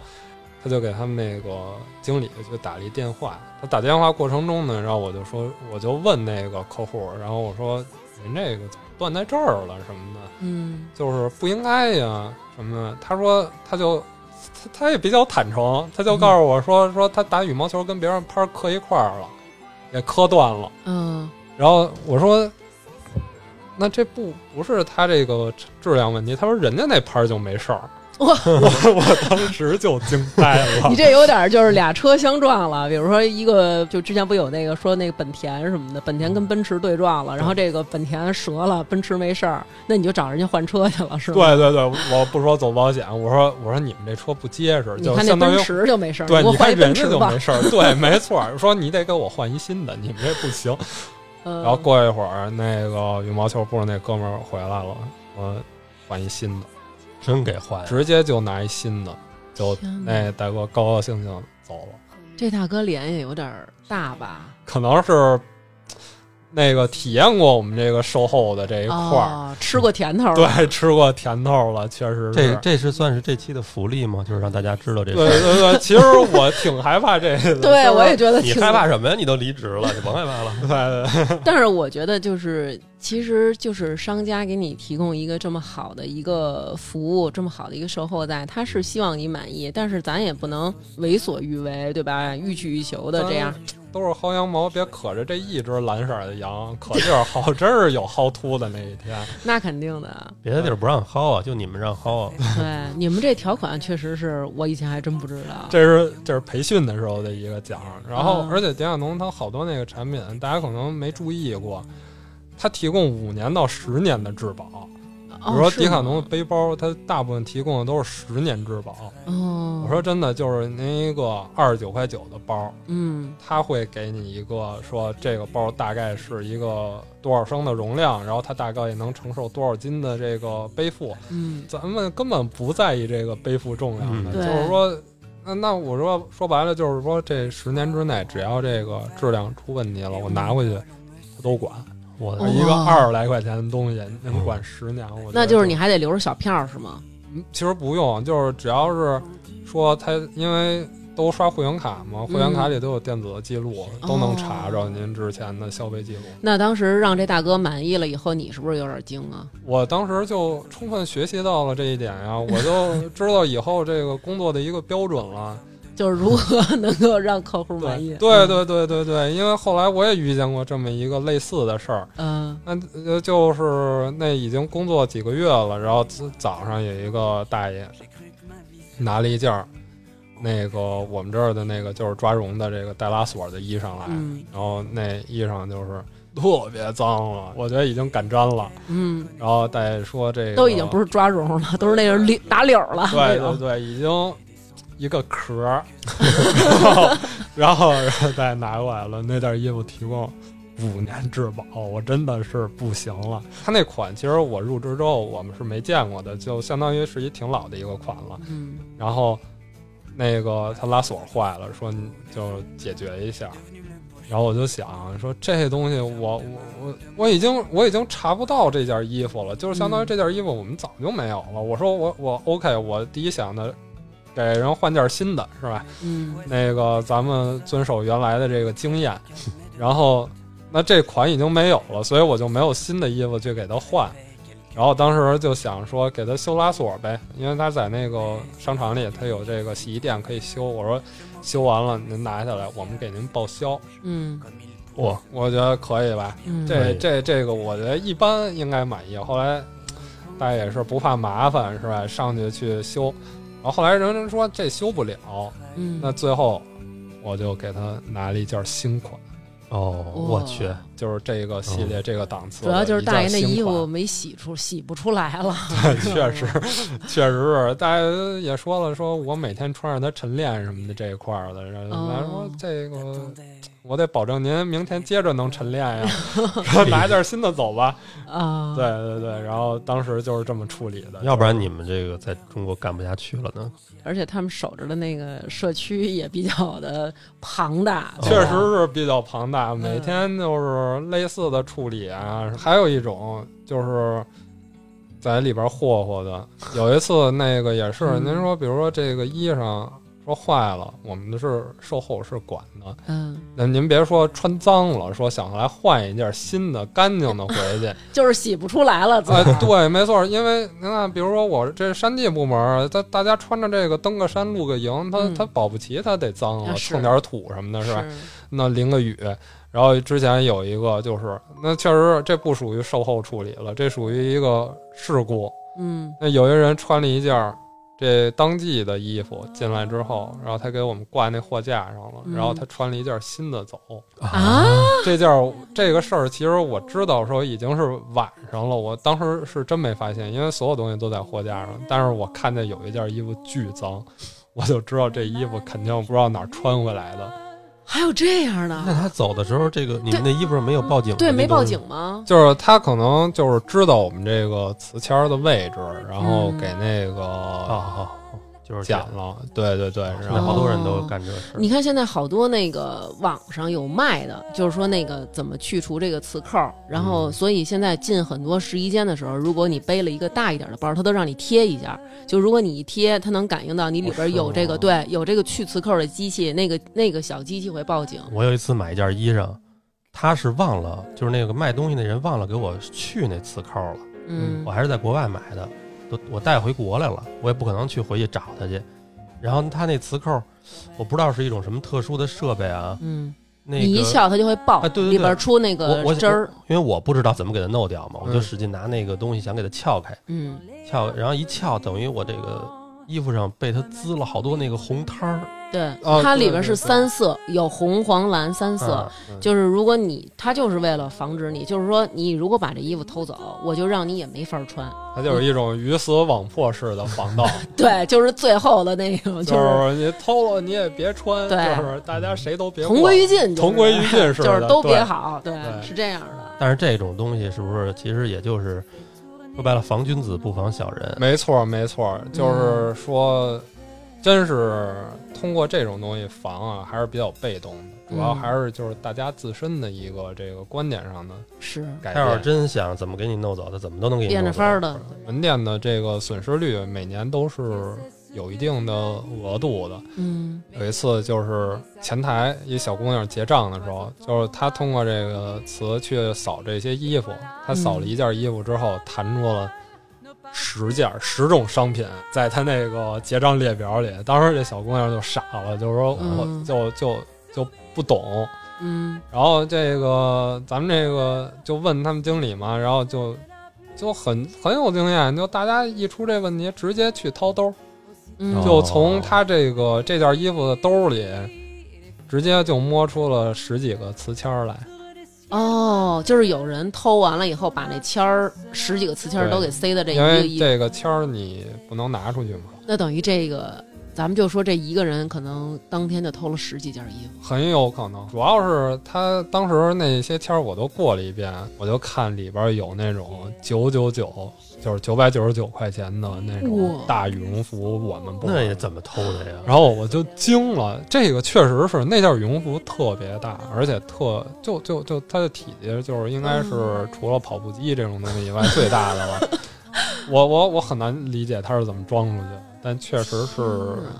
E: 他就给他们那个经理就打了一电话，他打电话过程中呢，然后我就说，我就问那个客户，然后我说您这个怎么断在这儿了什么的，
C: 嗯
E: 就是不应该呀什么的。他说他就他他也比较坦诚，他就告诉我说、说他打羽毛球跟别人拍儿磕一块儿了，也磕断了。
C: 嗯
E: 然后我说。那这不不是他这个质量问题，他说人家那拍儿就没事儿，
C: 哇
E: 我我当时就惊呆了
C: 你。这有点就是俩车相撞了，比如说一个就之前不有那个说那个本田什么的，本田
E: 嗯
C: 跟奔驰对撞了，然后这个本田折了，奔驰没事儿，那你就找人家换车去了，是吗？
E: 对对对，我不说走保险，我说我说你们这车不结实，
C: 你
E: 就
C: 看那
E: 相当于
C: 奔驰就没事儿，
E: 对，
C: 我
E: 你
C: 换
E: 看
C: 一奔
E: 人家
C: 驰
E: 就
C: 吧
E: 没。事儿，对，没错儿。说你得给我换一新的，你们这不行。
C: 嗯
E: 然后过一会儿，那个羽毛球部那哥们儿回来了，我换一新的，
D: 真给换
C: 哎
D: 了，
E: 直接就拿一新的，就
C: 天哪
E: 那大哥高高兴兴走了。
C: 这大哥脸也有点儿大吧？
E: 可能是那个体验过我们这个售后的这一块儿，
C: 哦，吃过甜头儿了，
E: 对，吃过甜头了，确实
D: 这
E: 是。啊
D: 这是算是这期的福利吗？就是让大家知道这
E: 对
D: 事儿。
E: 对对，其实我挺害怕这个的。
C: 对我也觉得
D: 你
C: 挺
D: 害怕什么呀？你都离职了，你甭害怕了。
E: 对对对，
C: 但是我觉得就是，其实就是商家给你提供一个这么好的一个服务，这么好的一个售后在，他是希望你满意，但是咱也不能为所欲为，对吧？欲取欲求的这样，
E: 都是薅羊毛，别可着这一只蓝色的羊，可劲儿薅，真是有薅秃的那一天。
C: 那肯定的。
D: 别的地儿不让薅啊，就你们让薅啊。
C: 对，你们这条款确实是我以前还真不知道。
E: 这是这是培训的时候的一个奖，然后、
C: 嗯
E: 而且迪亚侬它好多那个产品，大家可能没注意过，它提供五年到十年的质保，
C: 哦
E: 我说
C: 是
E: 迪卡
C: 吗
E: 侬的背包，它大部分提供的都是十年质保。
C: 哦，
E: 我说真的，就是您一个二十九块九的包，
C: 嗯
E: 它会给你一个说这个包大概是一个多少升的容量，然后它大概能承受多少斤的这个背负。
C: 嗯
E: 咱们根本不在意这个背负重量的，
D: 嗯
E: 就
C: 对
E: 是说，那那我说说白了就是说，这十年之内只要这个质量出问题了，我拿回去他都管。
D: 我
C: 哦
E: 一个二十来块钱的东西能管十年，我觉得
C: 那就是你还得留着小票是吗？
E: 嗯其实不用，就是只要是说他因为。都刷会员卡
C: 嗯
E: 嘛，会员卡里都有电子的记录，
C: 哦
E: 都能查着您之前的消费记录。
C: 那当时让这大哥满意了以后，你是不是有点惊啊？
E: 我当时就充分学习到了这一点呀、我就知道以后这个工作的一个标准了。
C: 就是如何能够让客户满意嗯
E: 对？对对对对对，因为后来我也遇见过这么一个类似的事儿，
C: 嗯，
E: 那呃就是那已经工作几个月了，然后早早上有一个大爷拿了一件儿那个我们这儿的那个就是抓绒的这个带拉锁的衣裳来，
C: 嗯
E: 然后那衣裳就是特别脏了，我觉得已经赶粘了。
C: 嗯，
E: 然后大爷说这个
C: 都已经不是抓绒了，都是那种溜打绺儿了。
E: 对
C: 那种
E: 对对，已经一个壳儿，然后然后然后再拿过来了。那件衣服提供五年质保，我真的是不行了。他那款其实我入职之后我们是没见过的，就相当于是一挺老的一个款了。
C: 嗯
E: 然后那个他拉锁坏了，说你就解决一下。然后我就想说，这东西我我我我已经我已经查不到这件衣服了，就是相当于
C: 嗯
E: 这件衣服我们早就没有了。我说我我 OK，我第一想的给人换件新的是吧？
C: 嗯
E: 那个咱们遵守原来的这个经验，然后那这款已经没有了，所以我就没有新的衣服去给他换。然后当时就想说给他修拉锁呗，因为他在那个商场里他有这个洗衣店可以修。我说修完了您拿下来，我们给您报销。
C: 嗯
E: 我我觉得可以吧，
C: 嗯，
E: 这这这个我觉得一般应该满意。后来大家也是不怕麻烦是吧？上去去修，然后后来人家说这修不了，
C: 嗯
E: 那最后我就给他拿了一件新款，
D: 哦，我去，
E: 就是这个系列、这个档次
C: 主
E: 的一件新
C: 要就
E: 款。
C: 是大爷那衣 服没洗出，洗不出来了。
E: 确实，确实是，大家也说了，说我每天穿着它晨练什么的这一块儿的，然后他说
C: 哦
E: 这个我得保证您明天接着能晨 练呀，说拿件新的走吧。
C: 啊，
E: 嗯对，对对，然后当时就是这么处理的，
D: 要不然你们这个在中国干不下去了呢。
C: 而且他们守着的那个社区也比较的庞大，
D: 哦
E: 确实是比较庞大，
C: 嗯
E: 每天就是类似的处理啊。还有一种就是在里边霍霍的。有一次那个也是，
C: 嗯
E: 您说比如说这个衣裳说坏了，我们是售后是管的。
C: 嗯，
E: 那您别说穿脏了，说想来换一件新的干净的回 去，
C: 就是洗不出来了，怎
E: 哎
C: 么，
E: 对，没错，因为您看，比如说我这山地部门儿，他大家穿着这个登个山露个营，他
C: 嗯
E: 他保不齐他得脏
C: 啊
E: 了，
C: 是
E: 蹭点土什么的，是吧？
C: 是
E: 那淋个雨，然后之前有一个就是，那确实这不属于售后处理了，这属于一个事故。
C: 嗯
E: 那有一人穿了一件儿这当季的衣服进来之后，然后他给我们挂那货架上了，
C: 嗯
E: 然后他穿了一件新的走。
C: 啊，
E: 这件儿这个事儿，其实我知道说已经是晚上了，我当时是真没发现，因为所有东西都在货架上，但是我看见有一件衣服巨脏，我就知道这衣服肯定不知道哪儿穿回来的。
C: 还有这样
D: 那
C: 的，
D: 他走的时候，这个你们那衣服上没有报警吗？
C: 对，没报
D: 这
C: 警
D: 东西。
C: 吗？
E: 就是他可能就是知道我们这个瓷签儿的位置，然后
C: 嗯
E: 给那
D: 哦
E: 个
D: 哦，哦就是这
E: 剪
D: 样。
E: 了。对对对，
D: 现
E: 然
D: 在
E: 后
D: 好
C: 哦
D: 多人都干这事儿。
C: 你看现在好多那个网上有卖的，就是说那个怎么去除这个磁扣儿，然
D: 嗯
C: 后所以现在进很多试衣间的时候，如果你背了一个大一点的包，它都让你贴一下，就如果你一贴，它能感应到你里边有这个
D: 哦
C: 对有这个去磁扣儿的机器，那个那个小机器会报警。
D: 我有一次买一件衣裳，他是忘了，就是那个卖东西那人忘了给我去那磁扣了，
C: 嗯
D: 我还是在国外买的，都我带回国来了，我也不可能去回去找他去。然后他那磁扣，我不知道是一种什么特殊的设备啊，
C: 嗯，
D: 那
C: 你一
D: 个
C: 撬它就会爆，
D: 哎对对对
C: 里边出那
D: 我
C: 个
D: 我
C: 汁儿。
D: 因为我不知道怎么给它弄掉嘛，我就
E: 嗯
D: 使劲拿那个东西想给它撬开，
C: 嗯
D: 撬，然后一撬等于我这个衣服上被它滋了好多那个红汤儿，
C: 对，
E: 哦
C: 它里
E: 对
C: 边
E: 对
C: 是
E: 对
C: 三色，有红、黄、蓝三色。
D: 啊嗯
C: 就是如果你，它就是为了防止你，就是说你如果把这衣服偷走，我就让你也没法穿。
E: 它就是一种鱼死网破式的防 盗，
C: 对，就是最后的那种，
E: 就是是你偷了你也别穿，
C: 对
E: 就是大家谁都别
C: 同归于
E: 尽，
C: 尽、就是，
E: 同归于尽似的，
C: 就是都别
E: 对
C: 好，对，
E: 对
C: 是这样的。
D: 但是这种东西是不是其实也就是说白了，防君子不防小人，
E: 没错，没错，就是
C: 嗯
E: 说，真是通过这种东西防啊，还是比较被动的。主要
C: 嗯
E: 还是就是大家自身的一个这个观点上的
C: 是
E: 改
D: 他要是
E: 变。
D: 真想怎么给你弄走，他怎么都能给你
C: 变着
D: 弄走
C: 法儿的，
E: 门店的这个损失率每年都是有一定的额度的。
C: 嗯，
E: 有一次就是前台一小姑娘结账的时候，就是她通过这个词去扫这些衣服，她扫
C: 嗯
E: 了一件衣服之后，弹出了十件十种商品在她那个结账列表里。当时这小姑娘就傻了，就说我
C: 嗯
E: 就就就不懂。
C: 嗯，
E: 然后这个咱们这个就问他们经理嘛，然后就就很很有经验，就大家一出这问题直接去掏兜。
D: 哦
C: 嗯，
E: 就从他这个这件衣服的兜里，直接就摸出了十几个瓷签儿来，
C: 哦，就是有人偷完了以后，把那签儿十几个瓷签儿
E: 对
C: 都给塞到这一
E: 因
C: 个
E: 为
C: 衣服，
E: 这个签儿你不能拿出去嘛，
C: 那等于这个，咱们就说这一个人可能当天就偷了十几件衣服。
E: 很有可能。主要是他当时那些签儿我都过了一遍，我就看里边有那种九九九，就是九百九十九块钱的那种
C: 哇
E: 大羽绒服，我们不买
D: 那也怎么偷的呀？
E: 然后我就惊了，这个确实是那件羽绒服特别大，而且特就就就它的体积就是应该是除了跑步机这种东西以外最大的了。 我我我很难理解它是怎么装出去的，但确实是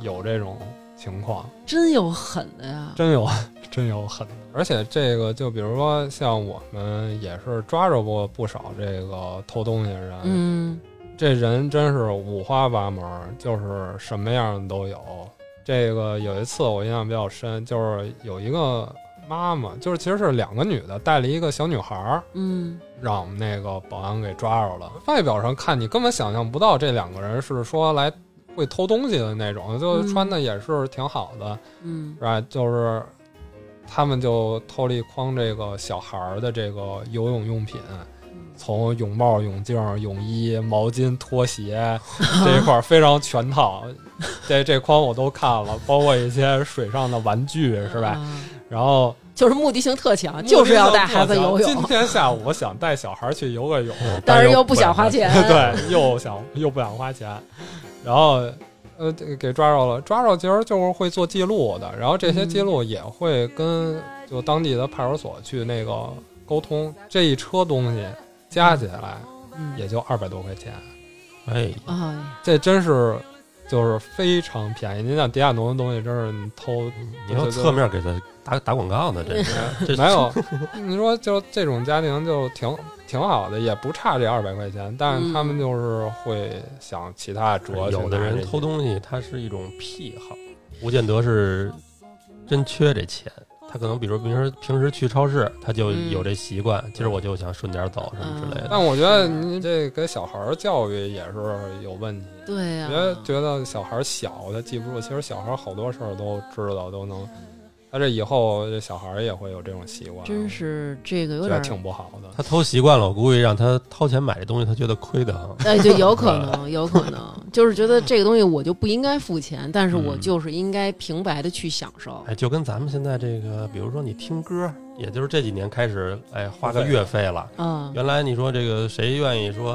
E: 有这种情况，
C: 真有狠的呀！
E: 真有 真有狠。而且这个就比如说像我们也是抓着过不少这个偷东西的人，
C: 嗯，
E: 这人真是五花八门儿，就是什么样的都有。这个有一次我印象比较深，就是有一个妈妈，就是其实是两个女的带了一个小女孩儿，
C: 嗯，
E: 让我们那个保安给抓着了。外表上看你根本想象不到这两个人是说来会偷东西的那种，就
C: 嗯
E: 穿的也是挺好的，
C: 嗯，
E: 是吧？就是他们就偷了一筐这个小孩儿的这个游泳用品，从泳帽、泳镜、泳衣、毛巾、拖鞋这一块儿非常全套。这这筐我都看了，包括一些水上的玩具，是吧？
C: 啊
E: 然后
C: 就是目的性特强，啊就是要带孩子游
E: 今
C: 泳，
E: 天下午我想带小孩去游 个泳，
C: 但是又不
E: 不。
C: 想花钱
E: 对，又想又不想花钱，然后呃这个给抓着了，抓着其实就是会做记录的，然后这些记录也会跟就当地的派出所去那个沟通，这一车东西加起来
C: 嗯，
E: 也就二百多块钱，
D: 哎，
C: 哎呀，
E: 这真是。就是非常便宜，你想迪亚侬的东西，真是你偷
D: 你要侧面给他打打广告呢，这 是这
E: 没有，你说就这种家庭就挺挺好的，也不差这二百块钱，但是他
C: 嗯
E: 们就是会想其他的辙。
D: 哎有的人偷，东西，他是一种癖好，不见得是真缺这钱。他可能比如平时平时去超市，他就
C: 嗯
D: 有这习惯，今儿我就想顺点走什么之类的。
E: 但我觉得你这给小孩儿教育也是有问题。
C: 对呀、
E: 别觉得小孩儿小，他记不住，其实小孩儿好多事儿都知道，都能。他这以后这小孩儿也会有这种习惯，
C: 真是这个有
E: 觉
C: 点
E: 得
C: 儿
E: 挺不好的。
D: 他偷习惯了，我估计让他掏钱买这东西，他觉得亏的很。
C: 哎，就有可
E: 呃
C: 能，有可能，就是觉得这个东西我就不应该付钱，但是我
D: 嗯
C: 就是应该平白的去享受。
D: 哎，就跟咱们现在这个，比如说你听歌，也就是这几年开始，哎，花
E: 付
D: 个
E: 费
D: 月费了。
C: 嗯，
D: 原来你说这个谁愿意说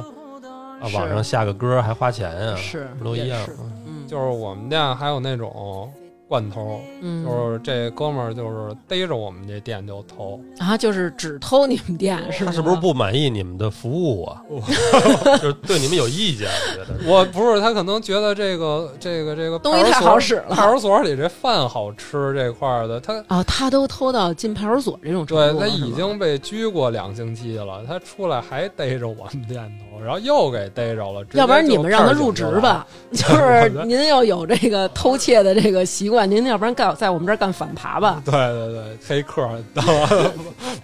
D: 啊，
C: 是
D: 网上下个歌还花钱啊？
C: 是
D: 不都一样
C: 也是
D: 吗？
C: 嗯，
E: 就是我们店还有那种罐头，
C: 嗯，
E: 就是这哥们儿就是逮着我们这店就偷，
C: 啊，就是只偷你们店是
D: 他
C: 吗？
D: 是不是不满意你们的服务啊？ 就是对你们有意见，我觉得 是。
E: 我不是，他可能觉得这个这个这个
C: 东西太
E: 派出所
C: 好使了
E: 派出所里这饭好吃这块儿的，他
C: 啊，他都偷到进派出所这种程
E: 对
C: 度
E: 他
C: 了，是
E: 已
C: 吗
E: 经被拘过两星期了，他出来还逮着我们店头，然后又给逮着了。直接
C: 要不然
E: 就
C: 你们让他入职 吧， 就是
E: 我的
C: 您要有这个偷窃的这个习惯，您要不然干在我们这儿干反扒吧。
E: 事儿警察。对对对，黑客 当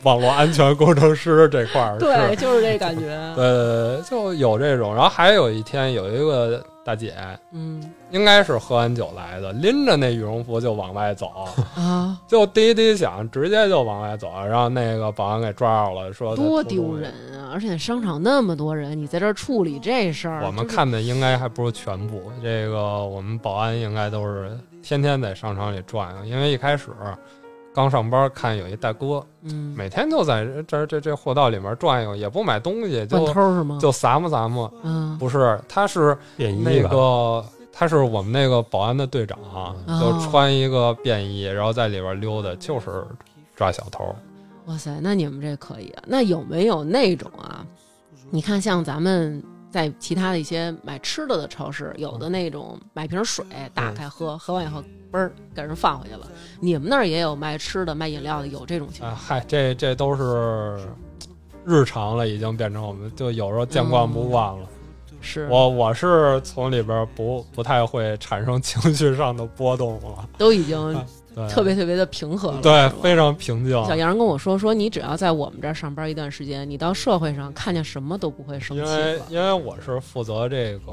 E: 网络安全工程师这块儿是
C: 对，就是这感觉。
E: 对对对，就有这种。然后还有一天有一个大姐
C: 嗯
E: 应该是喝完酒来的，拎着那羽绒服就往外走，
C: 啊，
E: 就滴滴响，直接就往外走，让那个保安给抓着了，说在
C: 多
E: 途中
C: 丢人啊！而且商场那么多人，你在这儿处理这事儿，
E: 我们
C: 啊就是
E: 看的应该还不是全部，这个我们保安应该都是天天在商场里转悠，因为一开始刚上班看有一大哥，
C: 嗯，
E: 每天就在这这这这货道里面转悠，也不买 东西，
C: 惯偷
E: 就
C: 是吗？
E: 就撒嘛撒嘛。
C: 嗯
E: 不是，他是
D: 便衣
E: 那
D: 吧
E: 个他是我们那个保安的队长，啊
C: 哦
E: 就穿一个便衣，然后在里边溜达，就是抓小偷。
C: 哇塞，那你们这可以啊！那有没有那种啊？你看，像咱们在其他的一些买吃的的超市，有
E: 嗯
C: 的那种买瓶水打开喝，喝完以后嘣儿给人放回去了。你们那儿也有卖吃的、卖饮料的，有这种情
E: 啊，
C: 况？
E: 嗨，这这都是日常了，已经变成我们就有时候见惯不惯了。
C: 是，
E: 我我是从里边不不太会产生情绪上的波动了，
C: 都已经
E: 对，
C: 特别特别的平和了。
E: 啊对
C: 是吧，
E: 非常平静。
C: 小杨跟我说，说你只要在我们这儿上班一段时间，你到社会上看见什么都不会生
E: 因
C: 气
E: 为
C: 了。
E: 因为我是负责这个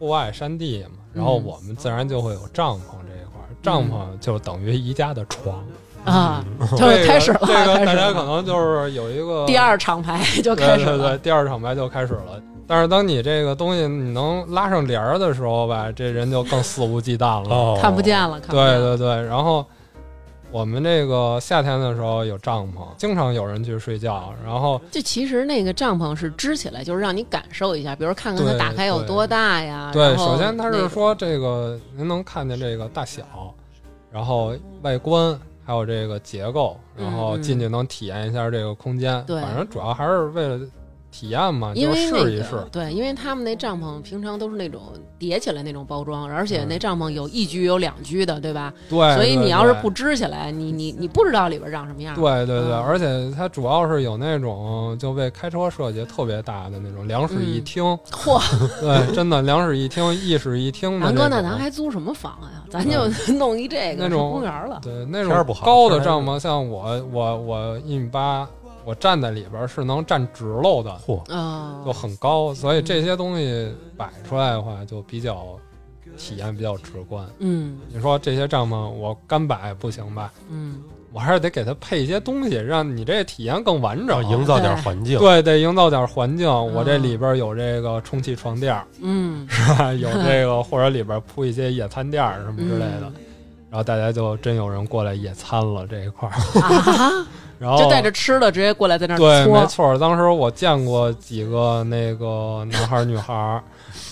E: 户外山地嘛，然后
C: 嗯
E: 我们自然就会有帐篷这一块儿，帐篷就等于宜家的床。
C: 啊，就
E: 嗯这
C: 是
E: 个
C: 开始了，
E: 这个大
C: 开始
E: 家
C: 了
E: 可能就是有一个
C: 第二厂牌就
E: 对
C: 开始
E: 对
C: 了
E: 对，第二场牌就开始了。但是当你这个东西你能拉上帘儿的时候吧，这人就更肆无忌惮了。
D: 哦，
C: 看不见了，看不见
E: 对
C: 了。
E: 对对，然后我们这个夏天的时候有帐篷，经常有人去睡觉，然后
C: 就其实那个帐篷是支起来，就是让你感受一下，比如看看它
E: 对
C: 打开有
E: 对
C: 多大呀。
E: 对，
C: 啊然后
E: 首先它
C: 那
E: 是
C: 种
E: 说这个您能看见这个大小，然后外观。还有这个结构，然后
C: 嗯嗯
E: 进去能体验一下这个空间。
C: 对
E: 反正主要还是为了体验嘛，
C: 因
E: 就
C: 为那
E: 试一
C: 个
E: 试。
C: 对，因为他们那帐篷平常都是那种叠起来那种包装，而且
E: 嗯
C: 那帐篷有一居有两居的，对吧？
E: 对，
C: 所以
E: 对
C: 你要是
E: 对
C: 不支起来，你你你不知道里边长什么样。
E: 对对对，
C: 嗯
E: 而且它主要是有那种就为开车设计特别大的那种两室一厅，
D: 嗯
C: 嚯，
E: 对，真的两室一 厅、一室一厅的
C: 南
E: 这
C: 哥，
E: 种。啊嗯
C: 那咱还租什么房呀？咱就 弄一这个
E: 那
C: 是
E: 种
C: 公园了。
E: 对那
D: 天儿
E: 种
D: 不好
E: 高的
D: 天儿
E: 帐篷，像我我我一米八，我站在里边儿是能站直喽的，
D: 嚯，
C: 嗯
E: 就，很高，所以这些东西摆出来的话就比较体验比较直观。
C: 嗯
E: 你说这些帐篷我干摆不行吧？
C: 嗯，
E: 我还是得给它配一些东西，让你这体验更完
D: 要
E: 整，
D: 哦营造点环境，
E: 对，得营造点环境。我这里边有这个充气床垫儿，
C: 嗯，
E: 是吧？有这个或者里边铺一些野餐垫儿什么之类的。
C: 嗯
E: 然后大家就真有人过来野餐了这一块儿，
C: 啊，
E: 然后
C: 就带着吃的直接过来在那儿
E: 对，没
C: 搓，
E: 错儿。当时我见过几个那个男孩儿女孩儿，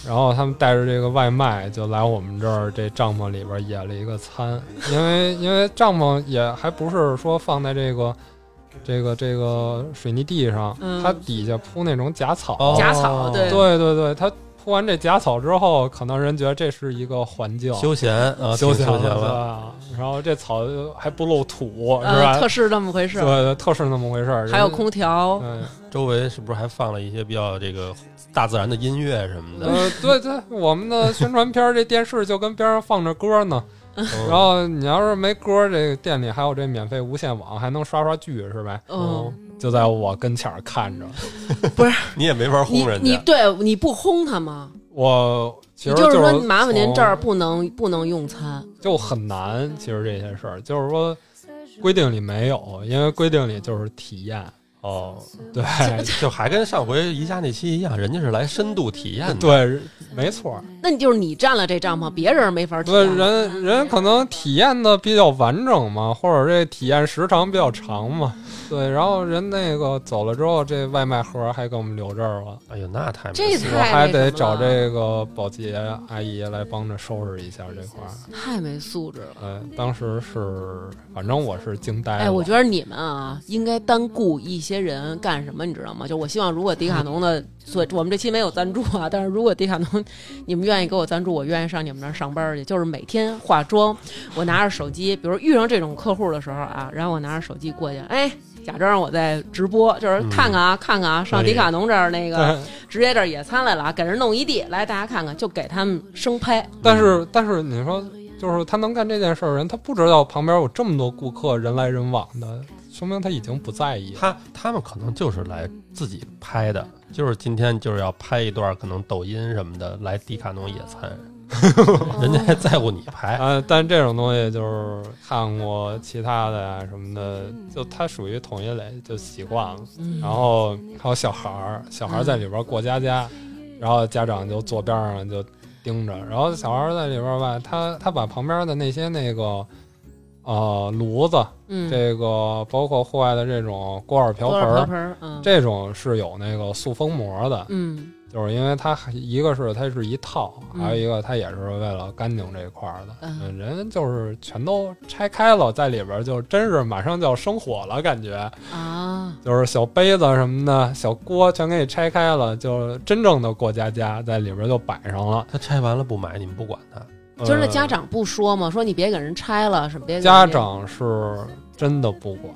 E: 然后他们带着这个外卖就来我们这儿这帐篷里边野了一个餐，因为因为帐篷也还不是说放在这个这个这个水泥地上，
C: 嗯
E: 它底下铺那种假草，
D: 哦
C: 假草对
E: 对对对，他铺完这假草之后，可能人觉得这是一个环境，
D: 休闲啊，
E: 休
D: 挺
E: 闲
D: 休闲了，
E: 了。然后这草还不露土，是
C: 嗯，
E: 吧
C: 特？是那么回事
E: 对。对，特是那么回事儿。
C: 还有
E: 人，
C: 空调，
E: 嗯，
D: 周围是不是还放了一些比较这个大自然的音乐什么的？
E: 呃，对对，我们的宣传片儿这电视就跟边上放着歌呢。
C: 嗯
D: 然
E: 然后你要是没歌，这个店里还有这免费无线网，还能刷刷剧，是呗？
C: 嗯，
E: 就在我跟前儿看着
D: 你也没
C: 你
D: 法轰人
C: 你
D: 家，
C: 对你不轰他吗？
E: 我。其
C: 你
E: 实
C: 是
E: 是
C: 说麻烦您
E: 从
C: 这儿不能不能用餐，
E: 就很难。其实这些事儿，就是说规定里没有，因为规定里就是体验。
D: 哦，
E: 对
D: 就还跟上回宜家那期一样，人家是来深度体验的，，
E: 对，没错儿。
C: 那你就是你占了这帐篷，别人没法体啊
E: 对
C: 验。
E: 人人可能体验的比较完整嘛，或者这体验时长比较长嘛。
C: 嗯
E: 对，然后人那个走了之后，这外卖盒还给我们留这儿了。
D: 哎呦，那太没
C: 这
D: 劲
E: 我
C: 太那
E: 还
C: 什么
E: 得找
C: 了
E: 这个保洁阿姨来帮着收拾一下这块儿。
C: 太没素质了。
E: 呃，当时是，反正我是惊呆了。
C: 哎，我觉得你们啊，应该单雇一些人干什么，你知道吗？就我希望，如果迪卡侬的，所以我们这期没有赞助啊，但是如果迪卡侬你们愿意给我赞助，我愿意上你们那儿上班去，就是每天化妆，我拿着手机，比如遇上这种客户的时候啊，然后我拿着手机过去，哎，假装我在直播，就是看看啊，看看啊，上
D: 可以
C: 迪卡侬这儿那个。
E: 但
C: 直接这儿野餐来了啊，给人弄一地，来大家看看，就给他们生拍，
E: 但是但是你说，就是他能干这件事儿的人，他不知道旁边有这么多顾客人来人往的，说明他已经不在意了。
D: 他他们可能就是来自己拍的，就是今天就是要拍一段可能抖音什么的来迪卡侬野餐， 人家还在乎你拍。
E: 啊，但这种东西就是看过其他的呀、什么的，就它属于同一类，就习惯了。然后还有小孩儿，小孩儿在里边过家家，然后家长就坐边上就盯着，然后小孩儿在里边吧，他他把旁边的那些那个呃炉子，
C: 嗯，
E: 这个包括户外的这种锅碗瓢
C: 多
E: 盆
C: 少瓢
E: 儿，
C: 盆儿，嗯，
E: 这种是有那个塑封膜的，
C: 嗯
E: 就是因为它一个是它是一套，
C: 嗯
E: 还有一个它也是为了干净这一块儿的。
C: 嗯
E: 嗯，人就是全都拆开了，在里边儿就真是马上就要生火了，感觉
C: 啊，
E: 就是小杯子什么的、小锅全给你拆开了，就真正的过家家在里边儿就摆上了。
D: 他拆完了不买，你们不管他。
C: 就是那
E: 嗯
C: 家长不说嘛，说你别给人拆了，什么别给
E: 家
C: 人
E: 长是真的不管，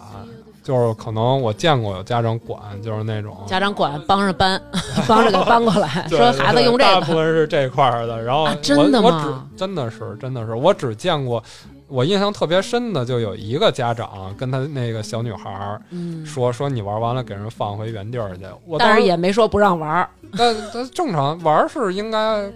E: 就是可能我见过有家长管，就是那种
C: 家长管帮着搬， 帮着给搬过来，
E: 对
C: 说孩子
E: 对
C: 用这
E: 大
C: 个
E: 部分是这块儿的。然后我、
C: 啊真的
E: 我
C: 吗
E: 只真的是真的是，我只见过，我印象特别深的就有一个家长跟他那个小女孩儿
C: 嗯，
E: 说、说你玩完了给人放回原地儿去，我
C: 但
E: 当
C: 是
E: 时
C: 也没说不让玩儿，
E: 但但正常玩儿是应该。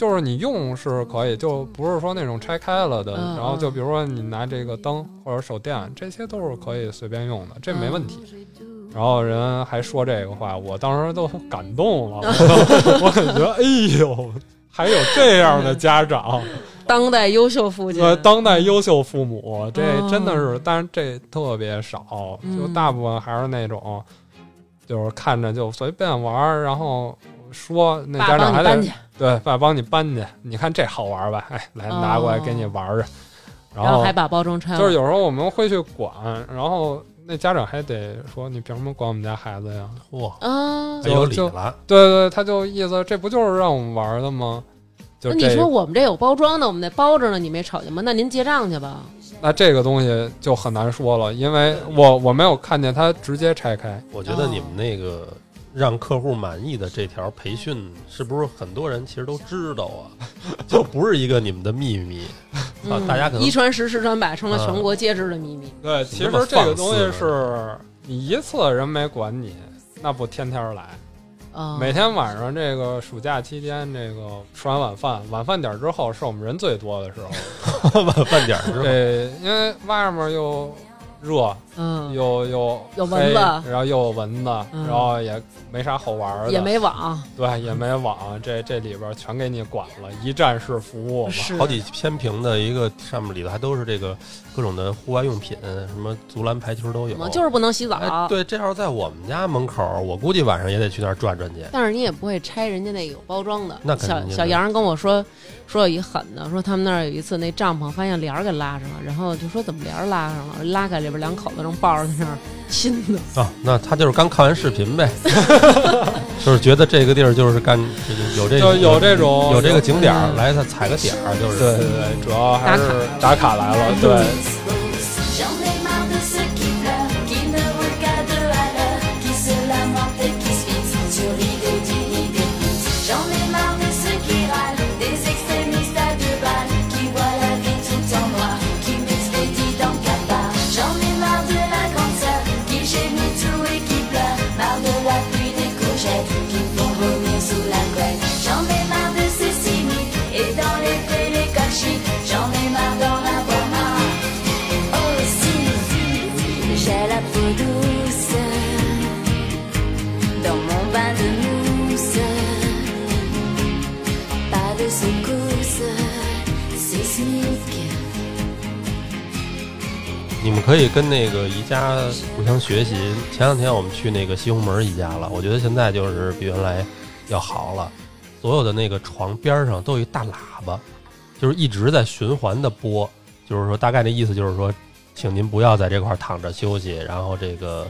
E: 就是你用是可以，就不是说那种拆开了的。
C: 嗯
E: 然后就
C: 嗯
E: 比如说你拿这个灯或者手电，这些都是可以随便用的，这没问题。
C: 嗯
E: 然后人还说这个话，我当时都感动了， 我我感觉哎呦，还有这样的家长，
C: 当代优秀父亲
E: 呃，，当代优秀父母，这
C: 哦
E: 真的是，但是这特别少，
C: 嗯
E: 就大部分还是那种，就是看着就随便玩儿，然后说那
C: 爸
E: 家
C: 帮你
E: 长还
C: 搬
E: 得
C: 去，
E: 对，爸帮你搬去，你看这好玩吧？哎，来
C: 哦
E: 拿过来给你玩儿着，然
C: 然
E: 后
C: 后还把包装拆了，
E: 就是有时候我们会去管，然后那家长还得说你凭什么管我们家孩子呀？
D: 嚯、
C: 啊
D: 还。有理
E: 就
D: 了，
E: 对对，他就意思这不就是让我们玩的吗？就
C: 那
E: 这
C: 你说我们这有包装的，我们那包着呢，你没瞅见吗？那您结账去吧。
E: 那这个东西就很难说了，因为我我没有看见他直接拆开。
D: 我觉得
C: 哦
D: 你们那个让客户满意的这条培训，是不是很多人其实都知道啊？ 就不是一个你们的秘密，啊，大
E: 嗯
D: 家可能
C: 一嗯传十，十传百，成了全国皆知的秘密。
E: 对，其实这个东西是你一次人没管你，那不天天来。
C: 啊，
E: 每天晚上这个暑假期间，这个吃完晚饭，晚饭点儿之后是我们人最多 的时候。
D: 晚饭点儿之后，
E: 这因为外面又热，
C: 嗯，
E: 又又
C: 有蚊子
E: 黑然后又有蚊子，
C: 嗯
E: 然后也没啥好玩儿的，
C: 也没网，
E: 对，也没网，这这里边全给你管了，一站式服务嘛。
C: 是
D: 好几篇评的一个上面里头还都是这个各种的户外用品，什么足篮、排球都有
C: 什么。就是不啊能洗
D: 哎，
C: 澡。
D: 对，这要是在我们家门口，我估计晚上也得去那儿转转去。
C: 但是你也不会拆人家那有包装的
D: 那。肯定
C: 小
D: 的
C: 小杨跟我说，说有一狠的，说他们那儿有一次那帐篷发现帘儿给拉上了，然后就说怎么帘儿拉上了，拉开里边两口子正抱着在那儿亲呢。
D: 啊，那他就是刚看完视频呗，就是觉得这个地儿就是干有这
E: 就有这种
D: 有这个景点儿
C: 嗯
D: 来，他踩个点儿，就是
E: 对对对，主要还是打卡来了，对。
B: J'en ai marre de ceux qui pleurent, qui ne regardent à l'heure, qui se lamentent et qui se fixent sur l'idée d'une idée fixe. J'en ai marre de ceux qui râlent, des extrémistes à deux balles, qui voient la vie tout en noir, qui m'expédient dans Qatar. J'en ai marre de la grande sœur, qui gémit tout et qui pleure, marre de la pluie des courgettes, qui me font vomir sous la couette. J'en ai marre de ces cyniques, et dans les prés les cachiques, j'en ai marre d'en avoir marre. Oh si, j'ai la peau douce Dans mon bain de mousse Pas de secousse sismique
D: 你们可以跟那个宜家互相学习。前两天我们去那个西红门宜家了，我觉得现在就是比原来要好了。所有的那个床边上都有一大喇叭，就是一直在循环的播，就是说大概那意思就是说，请您不要在这块儿躺着休息，然后这个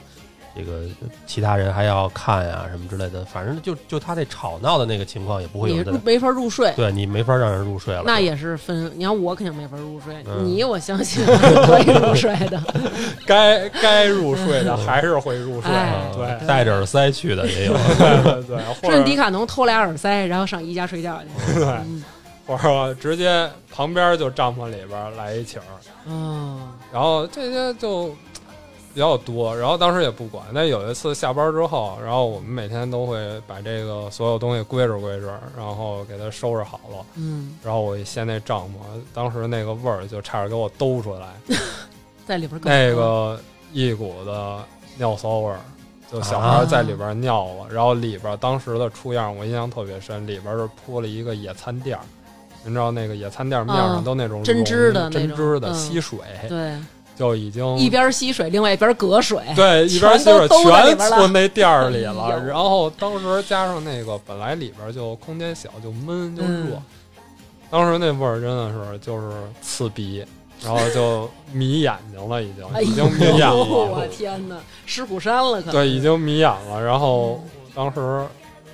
D: 这个其他人还要看呀、什么之类的，反正就就他这吵闹的那个情况也不会有
C: 你
D: 人在那。
C: 没法入睡。
D: 对你没法让人入睡了，
C: 那也是分，你看我肯定没法入睡，
D: 嗯
C: 你我相信可以入睡的。
E: 该该入睡的还是会入睡
C: 哎
E: 的，对
D: 戴着耳塞去的也有。
E: 对对 对，或
C: 顺迪
E: 者
C: 卡侬偷俩耳塞，然后上宜家睡觉去。嗯
E: 或者直接
D: 嗯
E: 旁边就帐篷里边来一起儿，
C: 哦，
E: 然后这些就比较多，然后当时也不管。但有一次下班之后，然后我们每天都会把这个所有东西归置归置，然后给它收拾好了。
C: 嗯，
E: 然后我一掀那帐篷，当时那个味儿就差点给我兜出来，
C: 在里边更
E: 那个一股的尿骚味儿，就小孩儿在里边尿了。然后里边当时的出样我印象特别深，里边是铺了一个野餐垫儿，您知道那个野餐垫儿面
C: 啊
E: 上都那种
C: 针织的
E: 绒
C: 那
E: 针
C: 种
E: 织的
C: 嗯
E: 吸水，
C: 对，
E: 就已经
C: 一边吸水，另外一边隔水，
E: 对，一边
C: 全
E: 吸
C: 都
E: 水
C: 兜在里
E: 全
C: 边了
E: 存那垫儿里
C: 哎
E: 了
C: 呦。
E: 然后当时加上那个本来里边就空间小就闷就热，
C: 嗯
E: 当时那味儿真的是就是刺鼻，然后就 迷眼睛了，已经、
C: 哎
E: 已
C: 呦，
E: 经迷眼
C: 我
E: 了，
C: 天哪，尸骨山了，可
E: 对，已经迷眼了。然后当时。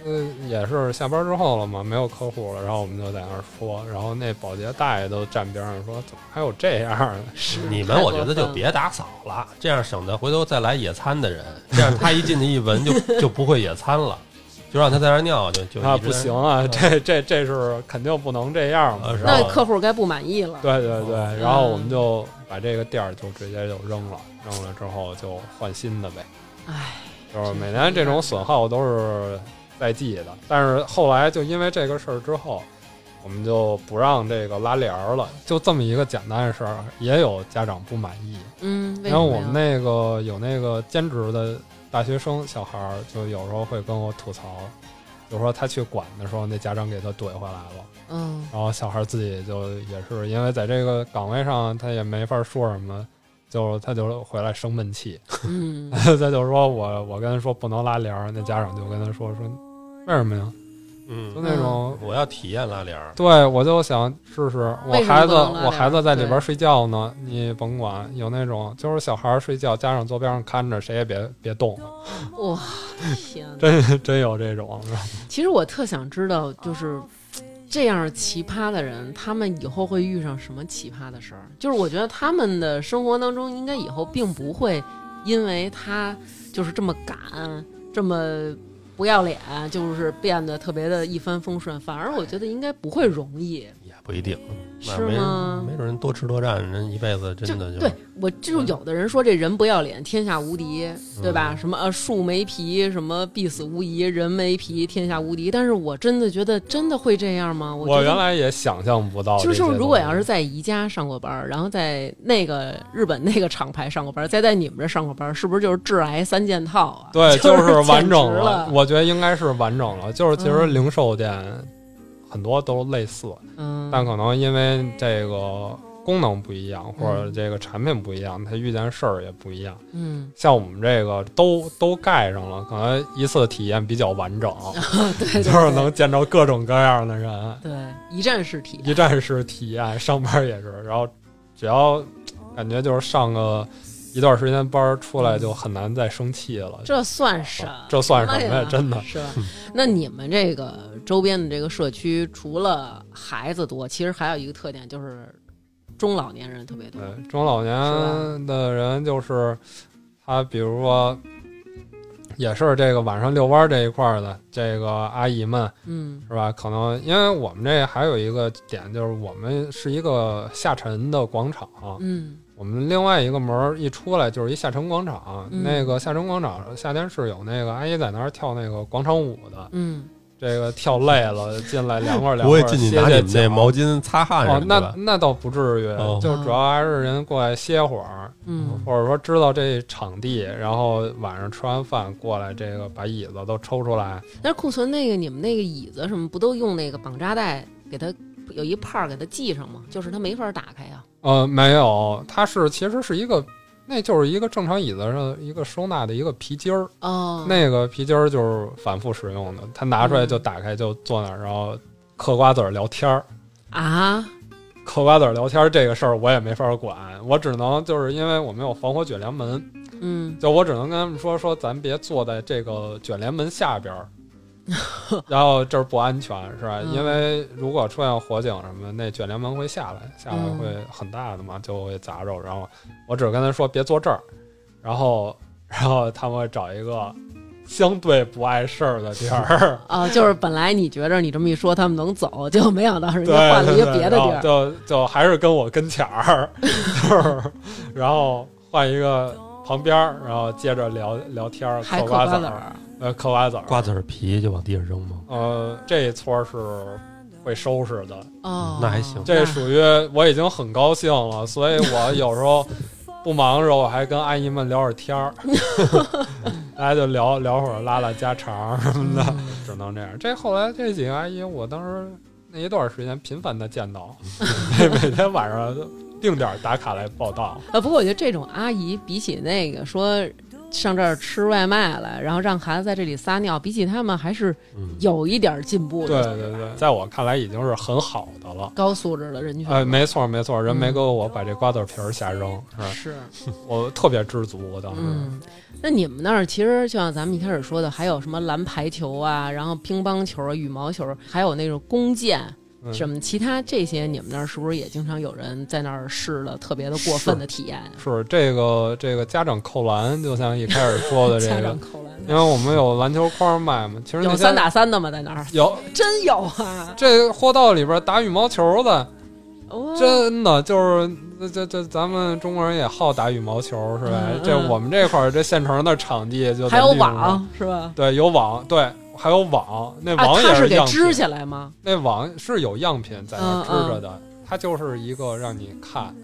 E: 嗯，也是下班之后了嘛，没有客户了，然后我们就在那儿说，然后那保洁大爷都站边上说：“怎么还有这样 的？
C: 是
D: 你们我觉得就别打扫了，这样省得回头再来野餐的人，这样他一进去一 闻就就不会野餐了，就让他在那儿尿就就
E: 啊，
D: 一直
E: 不行啊，这这这是肯定不能这样嘛。
D: 呃”
E: 然
C: 那
E: 后
C: 客户该不满意了。
E: 对对对，
C: 哦
D: 嗯
E: 然后我们就把这个垫儿就直接就扔了，扔了之后就换新的呗。
C: 哎，
E: 就是每年这种损耗都是在记的，但是后来就因为这个事儿之后，我们就不让这个拉帘儿了。就这么一个简单的事儿，也有家长不满意。
C: 嗯，为
E: 然后
C: 什么
E: 我们
C: 呀
E: 那个有那个兼职的大学生小孩儿，就有时候会跟我吐槽，就说他去管的时候，那家长给他怼回来了。
C: 嗯
E: 然后小孩自己就也是因为在这个岗位上，他也没法说什么，就他就回来生 闷气，
C: 嗯，
E: 他就说我我跟他说不能拉帘儿，那家长就跟他说说为什么呀？就
D: 嗯，
E: 那种。
D: 我要体验拉帘儿，
E: 对，我就想试试，我
C: 为什么
E: 孩子
C: 不能拉帘儿
E: 我孩子在里边睡觉呢，你甭管。有那种就是小孩睡觉，家长坐边上看着，谁也别别动，
C: 哦哇，天哪！
E: 真 真有这种。
C: 其实我特想知道，就是这样奇葩的人，他们以后会遇上什么奇葩的事儿？就是我觉得他们的生活当中，应该以后并不会因为他就是这么敢，这么不要脸，就是变得特别的一帆风顺。反而我觉得应该不会容易，
D: 也不一定，那
C: 是
D: 没
C: 吗
D: 没准人多吃多占，人一辈子
C: 就
D: 真的就
C: 对我就
E: 嗯
C: 有的人说这人不要脸，天下无敌，对吧？什么呃树没皮，什么必死无疑，人没皮，天下无敌。但是我真的觉得真的会这样吗？我觉
E: 我
C: 得
E: 原来也想象不到这
C: 就
E: 些
C: 是
E: 东西。
C: 如果要是在宜家上过班儿，然后在那个日本那个厂牌上过班儿，再在你们这上过班儿，是不是就是致癌三件套啊？
E: 对，
C: 就是
E: 完整
C: 简直了
E: 我觉得应该是完整了。就是其实
C: 嗯
E: 零售店很多都类似，
C: 嗯，
E: 但可能因为这个功能不一样，或者
C: 嗯
E: 这个产品不一样，它遇见事儿也不一样。
C: 嗯，
E: 像我们这个都都盖上了，可能一次体验比较完整，
C: 对，对
E: 就是能见着各种各样的人，
C: 对对一站式体验
E: 一站式体验，上班也是。然后只要感觉就是上个一段时间班儿出来，就很难再生气了。
C: 这算什么？
E: 这算什么
C: 哦哎呀
E: 呀？真的。嗯
C: 是吧？那你们这个周边的这个社区，除了孩子多，其实还有一个特点就是中老年人特别多。
E: 对，中老年的人就是他，比如说，也是这个晚上遛弯儿这一块儿的这个阿姨们，
C: 嗯
E: 是吧？可能因为我们这还有一个点，就是我们是一个下沉的广场，
C: 嗯
E: 我们另外一个门儿一出来就是一下沉广场。
C: 嗯
E: 那个下沉广场夏天是有那个阿姨在那儿跳那个广场舞的，
C: 嗯，
E: 这个跳累了进来凉快儿凉
D: 不
E: 快
D: 会
E: 儿，
D: 进去
E: 歇
D: 拿
E: 歇
D: 你们那
E: 脚
D: 毛巾擦汗什么
E: 哦，
D: 的
E: 那
D: 吧。
E: 那倒不至于，
D: 哦
E: 就是主要还是人过来歇会儿，
C: 嗯
E: 或者说知道这场地，然后晚上吃完饭过来，这个把椅子都抽出来，
C: 但是库存那个你们那个椅子什么不都用那个绑扎带给它有一帕儿给它系上吗？就是它没法打开呀、
E: 呃，没有，它是其实是一个，那就是一个正常椅子上一个收纳的一个皮筋儿，
C: 哦，
E: 那个皮筋儿就是反复使用的，它拿出来就打开就坐那儿，然后嗑瓜子儿聊天儿。
C: 啊，
E: 嗑瓜子儿聊天儿这个事儿我也没法管，我只能就是因为我没有防火卷帘门，
C: 嗯，
E: 就我只能跟他们说说，咱别坐在这个卷帘门下边 儿，然后这儿不安全，是吧？
C: 嗯
E: 因为如果出现火警什么，那卷帘门会下来，下来
C: 嗯，
E: 会很大的嘛，就会砸着。然后我只跟他说别坐这儿，然后然后他们会找一个相对不碍事儿的地儿
C: 啊，
E: 嗯
C: 就是本来你觉着你这么一说他们能走，结果没想到人家
E: 对，
C: 换了一个
E: 对
C: 别的地
E: 然后
C: 儿，
E: 就就还是跟我跟前儿，就是然后换一个旁边儿，然后接着聊聊天儿，
C: 还
E: 嗑
C: 嗑
E: 瓜
C: 瓜
E: 子
C: 子
E: 儿，
C: 儿，
E: 呃，嗑瓜子儿。
D: 瓜子儿皮就往地上扔吗？
E: 呃，这一撮儿是会收拾的，
C: 哦，
D: 那还行
E: 这属于我已经很高兴了，所以我有时候不忙的时候，我还跟阿姨们聊会儿天 儿，大家就聊聊会儿拉拉家常儿什么的，只能这样。这后来这几个阿姨，我当时那一段时间频繁的见 到，每每天晚上都定点打卡来报道。
C: 呃，不过我觉得这种阿姨比起那个说上这儿吃外卖来，然后让孩子在这里撒尿，比起他们还是
D: 嗯，
C: 有一点进步
E: 对
C: 的，
E: 对对，在我看来已经是很好的了。
C: 高素质的人群。
E: 哎，没错没错，人没
C: 嗯
E: 给我把这瓜子皮儿瞎扔，是吧
C: 是，
E: 我特别知足，我当时。
C: 嗯，那你们那儿其实就像咱们一开始说的，还有什么篮排球啊，然后乒乓球啊、羽毛球，还有那种弓箭
E: 嗯
C: 什么，其他这些你们那儿是不是也经常有人在那儿试了特别的过分的体 验？啊
E: 是这个这个家长扣篮，就像一开始说的这
C: 家
E: 个
C: 长，扣篮
E: 因为我们有篮球框卖嘛，其实那
C: 有三
E: 天
C: 打三的吗？在那儿
E: 有
C: 真有啊！
E: 这货道里边打羽毛球的，
C: 哦
E: 真的就是这这这咱们中国人也好打羽毛球是吧？
C: 嗯嗯
E: 这我们这块儿这县城的场地就
C: 还有
E: 咱利用上，
C: 网是吧？
E: 对，有网，对，还有网， 那
C: 啊，
E: 网
C: 他
E: 也
C: 是给
E: 样
C: 支
E: 品，
C: 起来吗？
E: 那网是有样品在
C: 嗯
E: 那支着的，它就是一个让你看，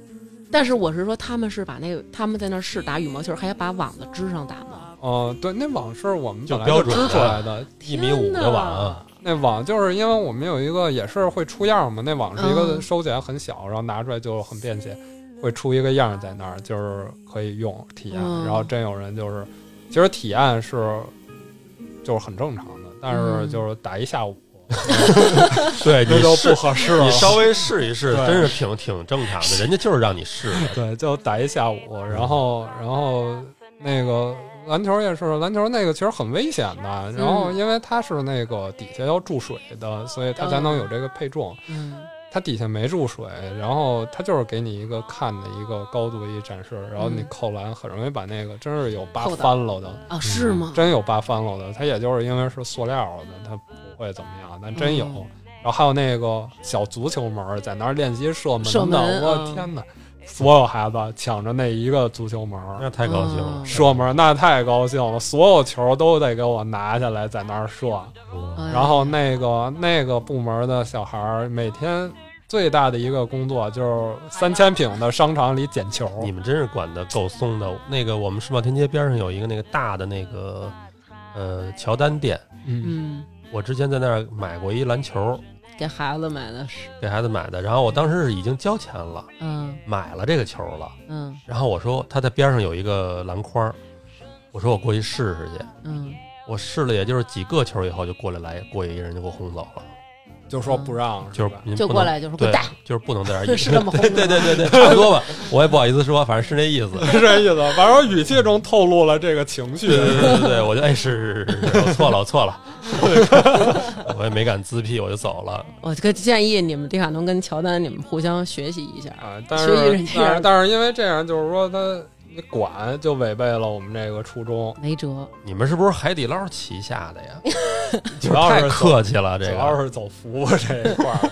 C: 但是我是说，他们是把那个他们在那儿是打羽毛球，还要把网子支上打吗？
E: 嗯，对，那网是我们
D: 就
E: 本来
D: 标
E: 就
D: 准啊
E: 支出
D: 的
E: 来的，
D: 一米五的碗，啊
E: 那网就是因为我们有一个也是会出样嘛，那网是一个
C: 嗯
E: 收起来很小，然后拿出来就很便携，会出一个样在那儿，就是可以用体验。
C: 嗯
E: 然后真有人就是，其实体验是就是很正常的，但
C: 嗯
E: 是就是打 一下午，
D: 对
E: 这
D: 你
E: 就不
D: 试，
E: 合适了
D: 你。稍微试一试，
E: 对
D: 真是挺挺正常的，人家就是让你试 的。
E: 对，就打一下午，然后然后那个篮球也是，篮球那个其实很危险的，然后
C: 嗯
E: 因为它是那个底下要注水的，所以它才能有这个配重。
C: 嗯，
E: 它底下没注水，然后它就是给你一个看的一个高度一展示，然后你扣篮很容易把那个真是有扒
C: 嗯扣的
E: 翻了的，
C: 啊，是
D: 嗯
C: 吗？
E: 真有扒翻了的。它也就是因为是塑料的，它不会怎么样，但真有。
C: 嗯
E: 然后还有那个小足球门儿在那儿练习射门的，
C: 射门
E: 我
C: 嗯
E: 天哪！所有孩子抢着那一个足球门儿，
D: 那太高兴了，
C: 嗯
E: 射门儿那太高兴了，所有球都得给我拿下来在那儿射。
D: 哇
C: 哎
E: 然后那个那个部门的小孩儿每天最大的一个工作就是三千平的商场里捡球。
D: 你们真是管得够松的。那个我们世贸天阶边上有一个那个大的那个呃乔丹店，
E: 嗯，
C: 嗯，
D: 我之前在那儿买过一篮球，
C: 给孩子买的是，
D: 给孩子买的。然后我当时是已经交钱了，
C: 嗯
D: 买了这个球了。
C: 嗯
D: 然后我说他在边上有一个篮筐，我说我过去试试去。
C: 嗯，
D: 我试了也就是几个球以后，就过来来过去一个人就给我轰走了，
E: 就说不让，
D: 就是是
E: 吧？
D: 您
C: 就
D: 不
C: 过
D: 能
C: 来就是滚
D: 对
C: 蛋，，
D: 就是不能在这儿一
C: 是 这么轰的吗
D: 对对对对对，差不多吧，我也不好意思说，反正是这意思。
E: 是 这意思，反正语气中透露了这个情绪
D: 对。 对对对对，我就哎是是是是，我错了我错了，我也没敢自闭，我就走了。
C: 我这个建议你们迪卡侬跟乔丹，你们互相学习一下。
E: 啊，但
C: 所以
E: 是
C: 人家
E: 但是但是因为这样，就是说他你管就违背了我们这个初衷。
C: 没辙，
D: 你们是不是海底捞旗下的呀？
E: 主要
D: 太
E: 是走
D: 客气了，这
E: 主
D: 个
E: 要是走服务这一块 儿，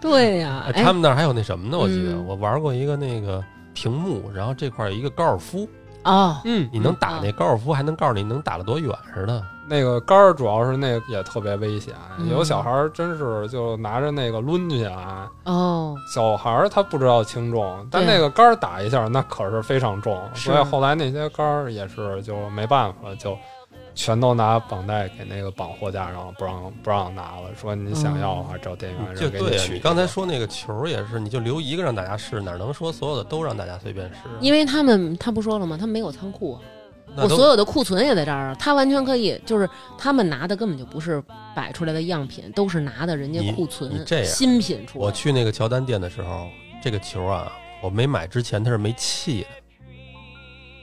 C: 对呀、
D: 哎
C: 哎，
D: 他们那儿还有那什么呢？我记得
C: 嗯
D: 我玩过一个那个屏幕，然后这块儿有一个高尔夫，
C: 哦，
E: 嗯，
D: 你能打那高尔夫，还能告诉你能打得多远似的。
E: 那个杆儿主要是那个也特别危险，
C: 嗯
E: 有小孩儿真是就拿着那个抡啊起来，
C: 哦，
E: 小孩儿他不知道轻重，但
C: 对
E: 那个杆儿打一下，那可是非常重，
C: 是
E: 所以后来那些杆儿也是就没办法，就全都拿绑带给那个绑货架上，不让不让拿了，说你想要的
C: 嗯
E: 话找店员
D: 就
E: 人给你
D: 对啊，
E: 取。
D: 你刚才说那个球也是，你就留一个让大家试，哪能说所有的都让大家随便试？
C: 因为他们他不说了吗？他们没有仓库啊，
D: 那
C: 我
D: 都
C: 所有的库存也在这儿啊，他完全可以，就是他们拿的根本就不是摆出来的样品，都是拿的人家
D: 你
C: 库存
D: 你这样
C: 新品出来。
D: 我去那个乔丹店的时候，这个球啊，我没买之前它是没气的。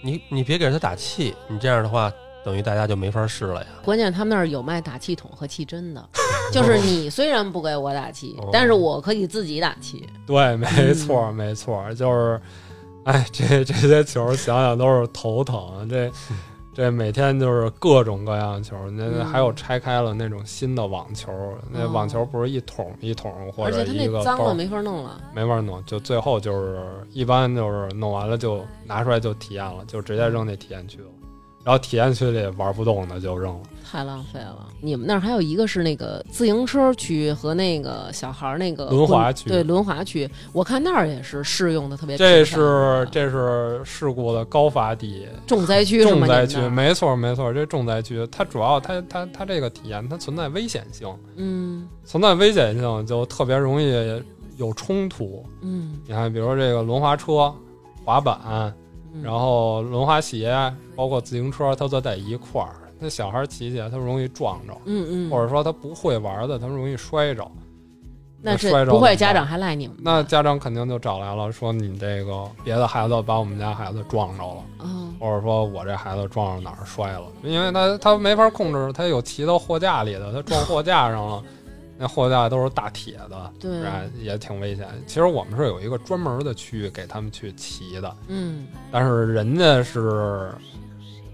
D: 你你别给它打气，你这样的话，等于大家就没法试了呀。
C: 关键他们那儿有卖打气筒和气针 的，就是你虽然不给我打气
D: 哦，
C: 但是我可以自己打气。
E: 对，
C: 嗯
E: 没错，没错，就是，哎，这这些球想想都是头疼。这这每天就是各种各样的球，那
C: 嗯
E: 还有拆开了那种新的网球，那网球不是一桶一桶或
C: 哦而且
E: 者
C: 它
E: 一
C: 那
E: 个
C: 脏
E: 包
C: 了，没法弄了。
E: 没法弄，就最后就是一般就是弄完了就拿出来就体验了，就直接扔那体验区了，然后体验区里玩不动的就扔了。
C: 太浪费了！你们那儿还有一个是那个自行车区和那个小孩儿那个
E: 轮滑区
C: 对轮滑区，我看那儿也是适用的特别频繁。啊
E: 这是这是事故的高发地，
C: 重灾区是吗，
E: 重灾
C: 你
E: 区，
C: 们那儿
E: 没错没错，这重灾区它主要它它它这个体验它存在危险性，
C: 嗯
E: 存在危险性就特别容易有冲突。
C: 嗯，
E: 你看，比如说这个轮滑车、滑板，
C: 嗯
E: 然后轮滑鞋，包括自行车，它都在一块儿。那小孩骑起来，他容易撞着，
C: 嗯嗯，
E: 或者说他不会玩的，他容易摔着。
C: 那是
E: 摔着
C: 不会，
E: 怎么办
C: 家长还赖你们。
E: 那家长肯定就找来了，说你这个别的孩子把我们家孩子撞着了，
C: 嗯
E: 或者说我这孩子撞着哪儿摔了，因为他他没法控制，他有骑到货架里的，他撞货架上了，那货架都是大铁的，
C: 对
E: 是，吧？也挺危险。其实我们是有一个专门的区域给他们去骑的，
C: 嗯
E: 但是人家是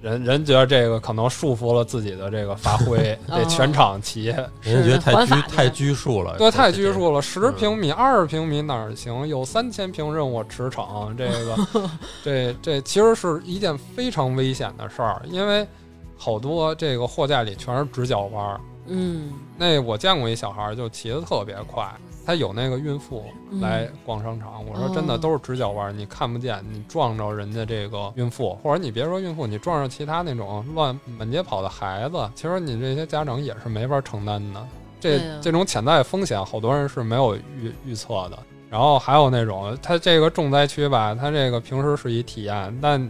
E: 人人觉得这个可能束缚了自己的这个发挥，得全场骑，
D: 人家觉得太
C: 是
D: 拘
C: 环法
D: 太拘束了，
E: 对，太拘束了，十
D: 嗯
E: 平米、二十平米哪儿行？有三千平任我驰骋，这个这这其实是一件非常危险的事儿，因为好多这个货架里全是直角弯儿。
C: 嗯
E: 那我见过一小孩儿就骑得特别快，他有那个孕妇来逛商场，我说真的
C: 嗯哦
E: 都是直角弯儿，你看不见，你撞着人家这个孕妇，或者你别说孕妇，你撞上其他那种乱满街跑的孩子，其实你这些家长也是没法承担的。这、
C: 对啊
E: 这种潜在风险，好多人是没有预预测的。然后还有那种，他这个重灾区吧，他这个平时是一体验，但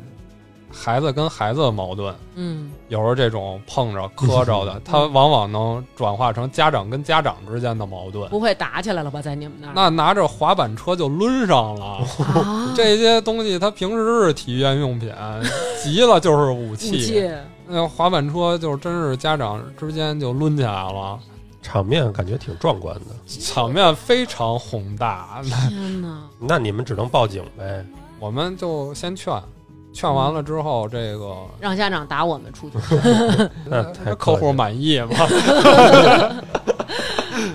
E: 孩子跟孩子的矛盾，
C: 嗯，
E: 有时候这种碰着磕着的，它往往能转化成家长跟家长之间的矛盾。
C: 不会打起来了吧？在你们那儿
E: 那拿着滑板车就抡上了，
C: 啊，
E: 这些东西它平时是体育用 品，急了就是武
C: 武器
E: 器。那滑板车就是真是家长之间就抡起来了，
D: 场面感觉挺壮观的。
E: 场面非常宏大。
C: 天哪！
D: 那你们只能报警呗，
E: 我们就先劝，劝完了之后，这个
C: 让家长打我们出去！
D: 那太
E: 客户
D: 客气
E: 满意嘛？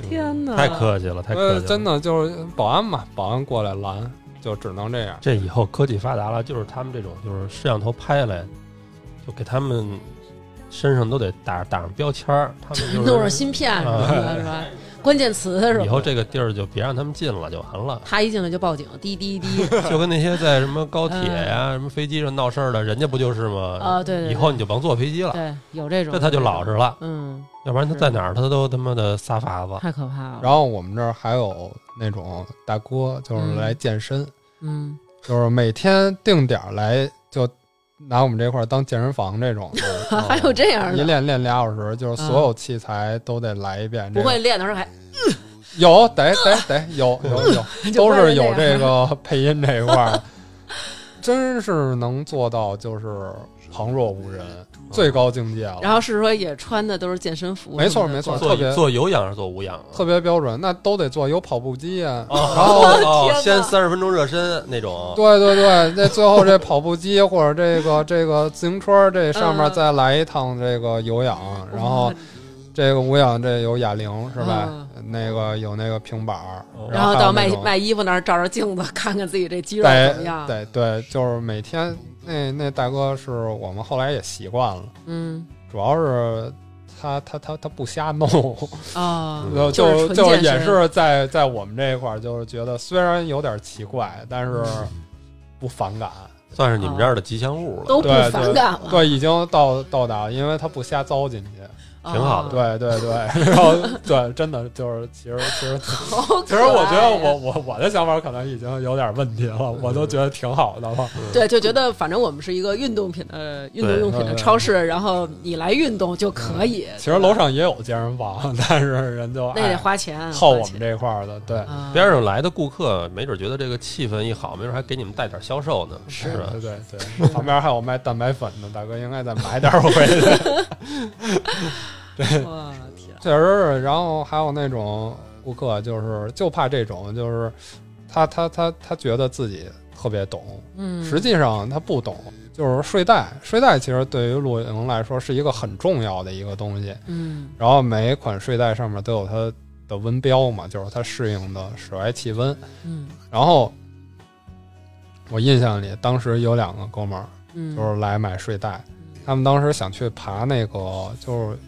C: 天哪！
D: 太客气了，太客气
E: 呃，
D: 了。
E: 真的就是保安嘛，保安过来拦，就只能这样。
D: 这以后科技发达了，就是他们这种就是摄像头拍来，就给他们身上都得打打上标签儿，他们
C: 弄
D: 就
C: 上
D: 是
C: 芯片什么的，是吧？关键词是
D: 以
C: 吧？。
D: 后这个地儿就别让他们进了就完了
C: 他一进来就报警，滴滴滴，
D: 就跟那些在什么高铁呀、什么飞机上闹事儿的，人家不就是吗？
C: 嗯啊，对对对，
D: 以后你就甭坐飞机了，
C: 对有这种，
D: 这他就老实了。
C: 嗯，
D: 要不然他在哪儿他都他妈的撒法子。
C: 太可怕了。
E: 然后我们这儿还有那种大哥，就是来健身，
C: 嗯，
E: 就是每天定点儿来，就拿我们这块儿当健身房这种的，
D: 哦
C: 还有这样
E: 一
C: 的，
E: 练练俩小时，就是所有器材都得来一遍。这
C: 不
E: 个
C: 会练的时候还
E: 有得得得有有有，都是有这个配音这一块儿， 真是能做到就是旁若无人，最高境界了。
C: 然后是说也穿的都是健身服，
E: 没错没错
D: 做
E: 特别
D: 做有氧还是做无氧啊？
E: 特别标准，那都得做有跑步机啊呀、
D: 哦哦，
C: 天
D: 哦
C: 哪
D: 先三十分钟热身那种。
E: 对对对，那最后这跑步机或者这 个这个自行车这上面
C: 嗯
E: 再来一趟这个有氧，然后这个无氧这有哑铃是吧？那个有那个平板儿
D: 哦，
C: 嗯然后
E: 还有
C: 到卖
E: 那种
C: 卖衣服那儿照照镜子，看看自己这肌肉
E: 对
C: 怎么样。
E: 对对，就是每天那那大哥是我们后来也习惯了，
C: 嗯
E: 主要是他他他他不 瞎弄，
C: 啊，
E: 就
C: 就是纯
E: 就就是
C: 健
E: 也
C: 身
E: 是在在我们这一块儿，就是觉得虽然有点奇怪，但是不反感。
D: 算是你们这儿的吉祥物了。
C: 都不
E: 对
C: 反感了，
E: 对，已经到到达了，因为他不瞎糟进去。
C: 啊
D: 挺好的
E: 对对 对，然后对，真的就是，其实其实
C: 哦好
E: 其实我觉
C: 可
E: 得
C: 爱
E: 我
C: 呀
E: 我我的想法可能已经有点问题
D: 嗯
E: 了，我都觉得挺好的了。
C: 对就觉得反正我们是一个运动品的运动
D: 对
C: 用品的超市，然后你来运动就可以，
E: 其实楼上也有健身房， 但是人就
C: 那得
E: 爱
C: 花钱，
E: 耗
C: 花
E: 我们
C: 钱
E: 这块儿的，对
C: 啊
D: 边上来的顾客，没准觉得这个气氛一好，没准还给你们带点销售呢，
C: 是
D: 吧？
E: 对对 对，旁边还有卖蛋白粉的，大哥应该再买点儿回来。
C: 我天，
E: 确实是，然后还有那种顾客，就是就怕这种，就是他他他他觉得自己特别懂，
C: 嗯，
E: 实际上他不懂，就是睡袋。睡袋其实对于露营来说是一个很重要的一个东西。
C: 嗯
E: 然后每一款睡袋上面都有它的温标嘛，就是它适应的室外气温。
C: 嗯
E: 然后我印象里，当时有两个哥们儿
C: 嗯，
E: 就是来买睡袋，他们当时想去爬那个就是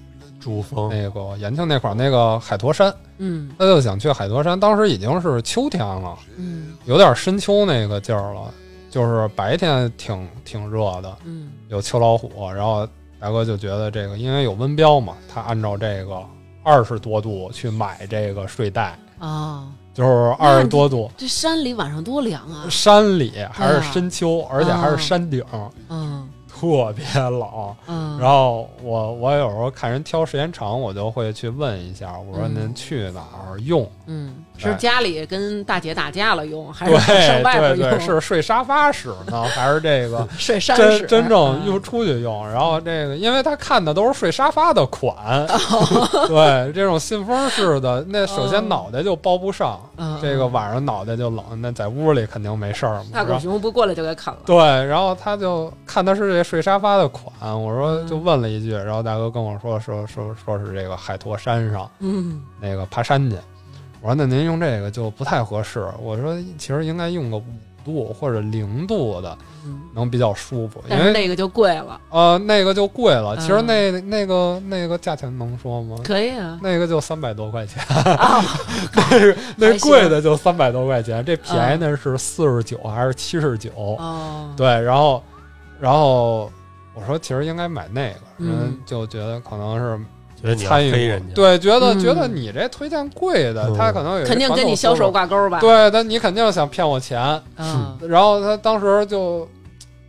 D: 珠峰，
E: 那个延庆那块儿那个海坨山，
C: 嗯
E: 他就想去海坨山。当时已经是秋天了，
C: 嗯
E: 有点深秋那个劲儿了，就是白天挺挺热的，
C: 嗯
E: 有秋老虎。然后大哥就觉得这个，因为有温标嘛，他按照这个二十多度去买这个睡袋，
C: 哦，
E: 就是二十多度。
C: 这山里晚上多凉啊！
E: 山里还是深秋，而且还是山顶，
C: 嗯
E: 特别冷。
C: 嗯，
E: 然后我我有时候看人挑时间长，我就会去问一下，我说
C: 嗯
E: 您去哪儿用？
C: 嗯，
E: 对
C: 是家里跟大姐打架了用，还是上
E: 哎对
C: 外边
E: 对
C: 用？
E: 对，是睡沙发使 呢，还是这个
C: 睡山
E: 真
C: 屎
E: 真正
C: 嗯
E: 又出去用？然后这个，因为他看的都是睡沙发的款， 对这种信封式的，那首
C: 哦
E: 先脑袋就包不上，
C: 嗯
E: 这个
C: 嗯
E: 晚上脑袋就冷，那在屋里肯定没事儿嘛。
C: 大
E: 然
C: 狗
E: 后
C: 熊不过来就给啃了。
E: 对，然后他就看他是这睡沙发的款，我说
C: 嗯
E: 就问了一句，然后大哥跟我说说说说是这个海坨山上
C: 嗯
E: 那个爬山去，我说那您用这个就不太合适，我说其实应该用个五度或者零度的
C: 嗯，
E: 能比较舒服，因
C: 但是
E: 为
C: 那个就贵了，
E: 呃那个就贵了，其实
C: 嗯
E: 那那个那个价钱能说吗？
C: 可以啊。
E: 那个就三百多块钱，
C: 啊，
E: 那个
C: 还
E: 那
C: 行嗯
E: 贵的就三百多块钱，这便宜的是四十九还是七十九？
C: 哦，
E: 对，然后，然后我说其实应该买那个，
C: 嗯
E: 人就觉得可能是
D: 觉得你要
E: 参与
D: 黑人家，
E: 对，觉得、觉得
C: 嗯
E: 你这推荐贵的，
D: 嗯
E: 他可能有一个
C: 肯定跟你销
E: 传统思
C: 售
E: 路，
C: 挂钩吧？，
E: 对，但你肯定想骗我钱。
C: 嗯
E: 然后他当时就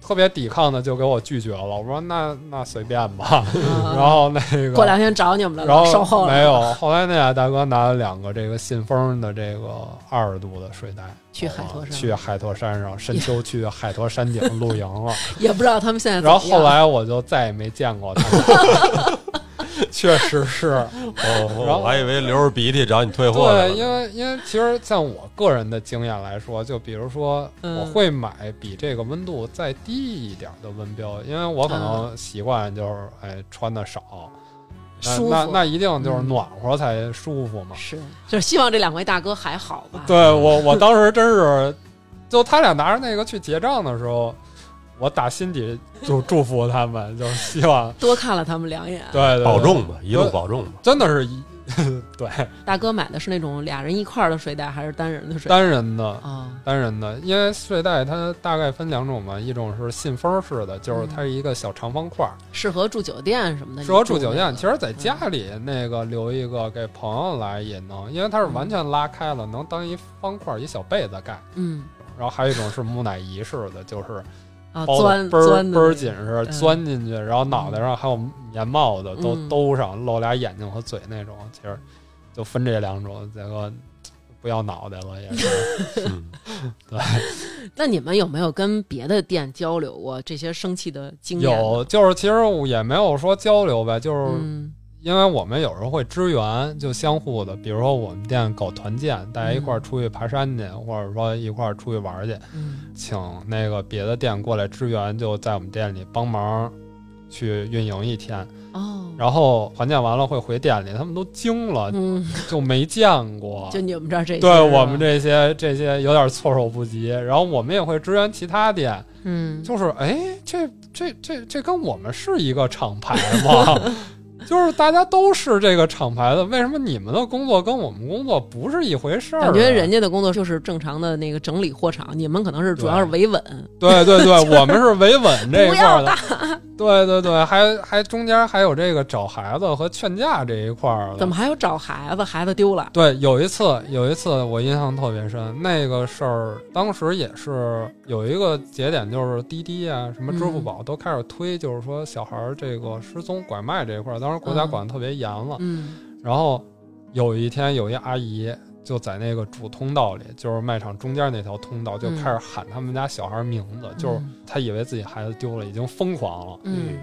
E: 特别抵抗的就给我拒绝了，我说那那随便吧。
C: 嗯
E: 然后那个
C: 过两天找你们来
E: 然
C: 了，售后
E: 后
C: 了啊
E: 没有，后来那俩大哥拿了两个这个信封的这个二十度的睡袋，啊
C: 去海坨山
E: 去海坨山上深秋去海坨山顶露营了。
C: 也不知道他们现在怎
E: 然
C: 么
E: 后
C: 样。
E: 后来我就再也没见过他们， 确实是
D: 哦，
E: 然
D: 我
E: 后
D: 我还以为流着鼻涕找你退货呢
E: 对，因为因为其实像我个人的经验来说，就比如说
C: 嗯
E: 我会买比这个温度再低一点的温标，因为我可
C: 嗯
E: 能习惯就是哎穿的少，那
C: 舒服
E: 那那一定就是
C: 嗯
E: 暖和才舒服嘛。
C: 是，就是希望这两位大哥还好吧？
E: 对我我当时真是，就他俩拿着那个去结账的时候，我打心底就祝福他们，就希望
C: 多看了他们两眼。
E: 对对对
D: 保重吧，一路保重吧。
E: 真的是一 对
C: 大哥买的是那种俩人一块儿的睡袋，还是单人的睡袋？
E: 单人的
C: 啊，
E: 单人的，因为睡袋它大概分两种嘛，一种是信封式的，就是
C: 嗯
E: 它是一个小长方块儿，
C: 适合住酒店什么的。嗯
E: 适合住酒店。
C: 你
E: 其实在家里那个留一个给朋友来也能，因为它是完全拉开了，能当一方块儿一小被子盖。
C: 嗯
E: 然后还有一种是木乃伊式 的，就是
C: 啊，
E: 包的
C: 钻
E: 倍儿
C: 钻
E: 倍
C: 的
E: 儿
C: 那
E: 紧
C: 个，
E: 实，
C: 嗯
E: 钻进去，然后脑袋上还有棉帽子都
C: 嗯
E: 兜上，露俩眼睛和嘴那种。其实就分这两种，这个不要脑袋了也是。
D: 嗯，
C: 那你们有没有跟别的店交流过这些生气的经验呢？
E: 有，就是其实我也没有说交流呗，就是
C: 嗯
E: 因为我们有时候会支援，就相互的，比如说我们店搞团建，大家一块儿出去爬山去，或者说一块儿出去玩去，
C: 嗯
E: 请那个别的店过来支援，就在我们店里帮忙去运营一天，
C: 哦，
E: 然后团建完了会回店里，他们都惊了，
C: 嗯，
E: 就没见过。
C: 就你们这儿这些
E: 啊对
C: 是吧
E: 我们这些这些有点措手不及，然后我们也会支援其他店，
C: 嗯
E: 就是哎，这这这这跟我们是一个厂牌吗？ 就是大家都是这个厂牌的，为什么你们的工作跟我们工作不是一回事儿啊？
C: 感觉人家的工作就是正常的那个整理货场，你们可能是主要是维稳，
E: 对 对对，我们是维稳这一
C: 不
E: 块
C: 要
E: 儿的，对对对，还还中间还有这个找孩子和劝架这一块儿
C: 怎
E: 的
C: 么。还有找孩子，孩子丢了，
E: 对，有一次，有一次我印象特别深，那个事儿当时也是有一个节点，就是滴滴啊，什么支付
C: 嗯
E: 宝都开始推，就是说小孩儿这个失踪拐卖这一块儿，当时国家管得特别严了。
C: 啊嗯
E: 然后有一天，有一阿姨就在那个主通道里，就是卖场中间那条通道，就
C: 嗯
E: 开始喊他们家小孩名字，就是
C: 嗯
E: 她以为自己孩子丢了，已经疯狂了。
C: 嗯，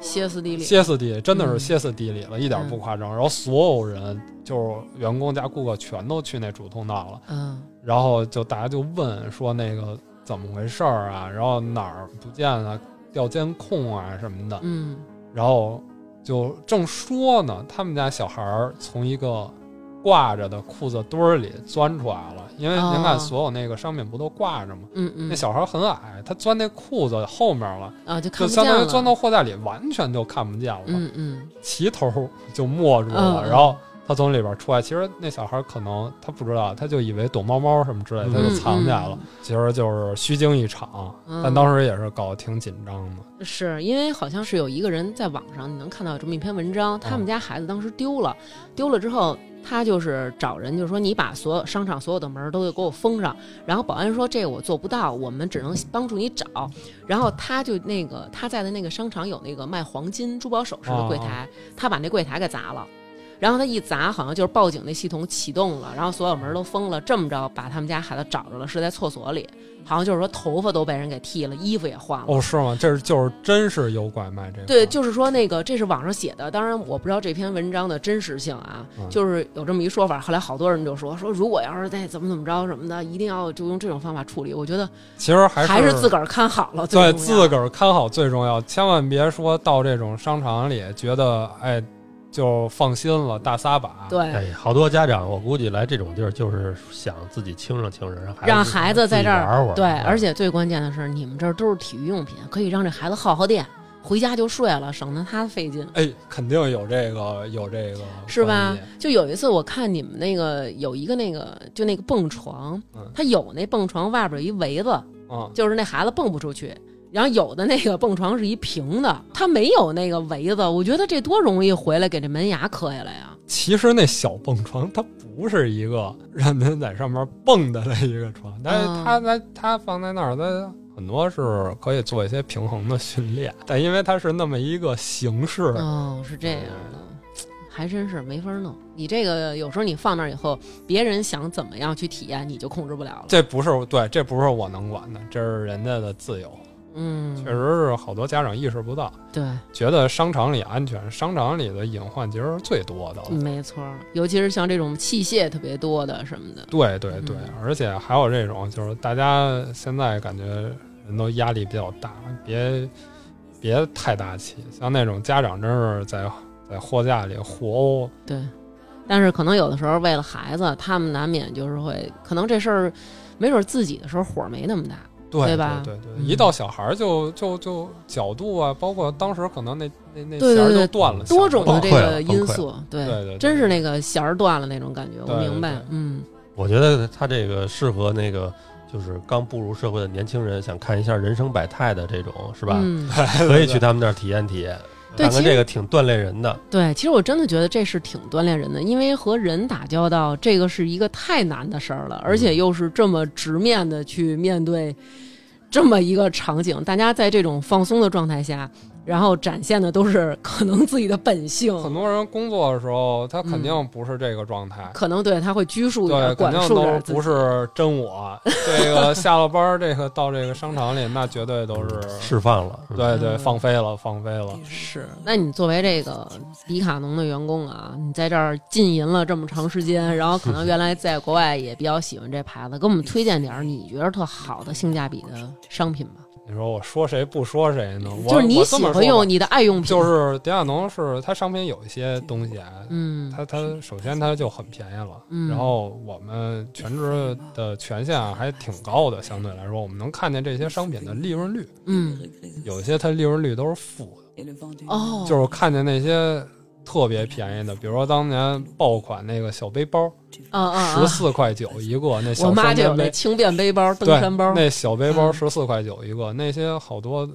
C: 歇斯底里，
E: 歇斯底里，真的
C: 嗯
E: 是歇斯底里了，一点不夸张。然后所有人，就是员工加顾客，全都去那主通道了。
C: 嗯
E: 然后就大家就问说那个怎么回事儿啊？然后哪儿不见了？调监控啊什么的。
C: 嗯
E: 然后就正说呢，他们家小孩儿从一个挂着的裤子堆儿里钻出来了，因为
C: 哦
E: 您看所有那个商品不都挂着吗？
C: 嗯嗯，
E: 那小孩儿很矮，他钻那裤子后面了，
C: 啊就
E: 就
C: 看不见
E: 相当
C: 了，
E: 于钻到货架里，完全就看不见了，
C: 嗯嗯
E: 齐头就没住了，
C: 嗯嗯
E: 然后。他从里边出来，其实那小孩儿可能他不知道，他就以为躲猫猫什么之类的，他就
C: 嗯
E: 藏起来了。
C: 嗯
E: 其实就是虚惊一场，
C: 嗯
E: 但当时也是搞得挺紧张的。
C: 是因为好像是有一个人在网上你能看到有这么一篇文章，他们家孩子当时丢了，丢了之后他就是找人就说你把所有商场所有的门儿都给我封上，然后保安说这个我做不到，我们只能帮助你找，然后他就那个他在的那个商场有那个卖黄金珠宝首饰的柜台，他把那柜台给砸了。然后他一砸，好像就是报警那系统启动了，然后所有门儿都封了。这么着，把他们家孩子找着了，是在厕所里，好像就是说头发都被人给剃了，衣服也换了。
E: 哦，是吗？这是就是真是有拐卖这个？
C: 对，就是说那个，这是网上写的，当然我不知道这篇文章的真实性啊，
E: 嗯
C: 就是有这么一说法。后来好多人就说说，如果要是再怎么怎么着什么的，一定要就用这种方法处理。我觉得
E: 其实还
C: 还
E: 是
C: 自个儿看好了最
E: 对
C: 重要
E: 自个儿看好最重要，千万别说到这种商场里觉得哎就放心了，大撒把。，
C: 对，
D: 哎，好多家长我估计来这种地儿就是想自己清上清上，让孩子
C: 让孩子在这
D: 自己玩
C: 儿
D: 会儿
C: 对，
D: 嗯
C: 而且最关键的是，你们这儿都是体育用品，可以让这孩子耗耗电，回家就睡了，省得他费劲。
E: 哎，肯定有这个有这个
C: 是吧
E: 关系？
C: 就有一次我看你们那个有一个那个就那个蹦床
E: 嗯，
C: 它有那蹦床外边有一围子，
E: 嗯，
C: 就是那孩子蹦不出去。然后有的那个蹦床是一平的，它没有那个围子，我觉得这多容易回来给这门牙磕下来啊呀、
E: 其实那小蹦床它不是一个让您在上面蹦的那一个床，但是
C: 嗯
E: 它在它放在那儿，它很多是可以做一些平衡的训练，但因为它是那么一个形式，
C: 哦，是这样的，还真是没法弄。你这个有时候你放那儿以后，别人想怎么样去体验，你就控制不了了。
E: 这不是对，这不是我能管的，这是人家的自由。
C: 嗯
E: 确，实是好多家长意识不到，
C: 对，
E: 觉得商场里安全，商场里的隐患其实是最多的了。
C: 没错儿。尤其是像这种器械特别多的什么的，
E: 对对对
C: 嗯，
E: 而且还有这种，就是大家现在感觉人都压力比较大，别别太大气。像那种家长真是在在货架里互殴，
C: 对，但是可能有的时候为了孩子，他们难免就是会，可能这事儿没准儿自己的时候火儿没那么大。
E: 对
C: 对吧
E: 对对，
C: 嗯
E: 一到小孩儿就就就角度啊，包括当时可能那那那
C: 对对
E: 弦儿
C: 对
E: 就断了，
C: 多种的这
D: 崩溃了
C: 个
D: 崩溃
C: 因素，对
E: 对对对
C: 真是那个弦儿断了那种感觉，我
E: 对对
C: 明白
E: 对，
C: 嗯，
D: 我觉得他这个适合那个就是刚步入社会的年轻人，想看一下人生百态的这种，是吧？
C: 嗯，
D: 可以去他们那儿体验体验，
C: 对
D: 看看
C: 其实
D: 这个挺锻炼人的。
C: 对，其实我真的觉得这是挺锻炼人的，因为和人打交道，这个是一个太难的事儿
E: 嗯
C: 了，而且又是这么直面的去面对这么一个场景，大家在这种放松的状态下，然后展现的都是可能自己的本性，
E: 很多人工作的时候，他肯定不是这个状态，
C: 可能对他会拘束一嗯点儿，
E: 对，
C: 管
E: 肯定
C: 束一点
E: 都
C: 儿自己，
E: 不是真我。这个下了班，儿，这个到这个商场里，那绝对都是
D: 释放了，嗯
E: 对对
C: 嗯
E: 放飞了，放飞了。
C: 是，那你作为这个迪卡侬的员工啊，你在这儿浸淫了这么长时间，然后可能原来在国外也比较喜欢这牌子，给我们推荐点儿你觉得特好的性价比的商品吧。
E: 你说我说谁不说谁呢？我
C: 就是你
E: 我这
C: 喜
E: 么
C: 欢
E: 说吧
C: 用你的爱用品，
E: 就是迪亚侬是它商品有一些东西啊，
C: 嗯
E: 它它首先它就很便宜了，
C: 嗯
E: 然后我们全职的权限啊还挺高的，相对来说我们能看见这些商品的利润率，
C: 嗯
E: 有一些它利润率都是负的。
C: 哦，
E: 就是看见那些特别便宜的，比如说当年爆款那个小背包，
C: 啊啊
E: 十
C: 啊！
E: 四块九一个，那小
C: 我妈就有
E: 双肩
C: 那
E: 背，
C: 轻便背包、登山包
E: 对，，那小背包
C: 嗯
E: 十四块九一个，那些好多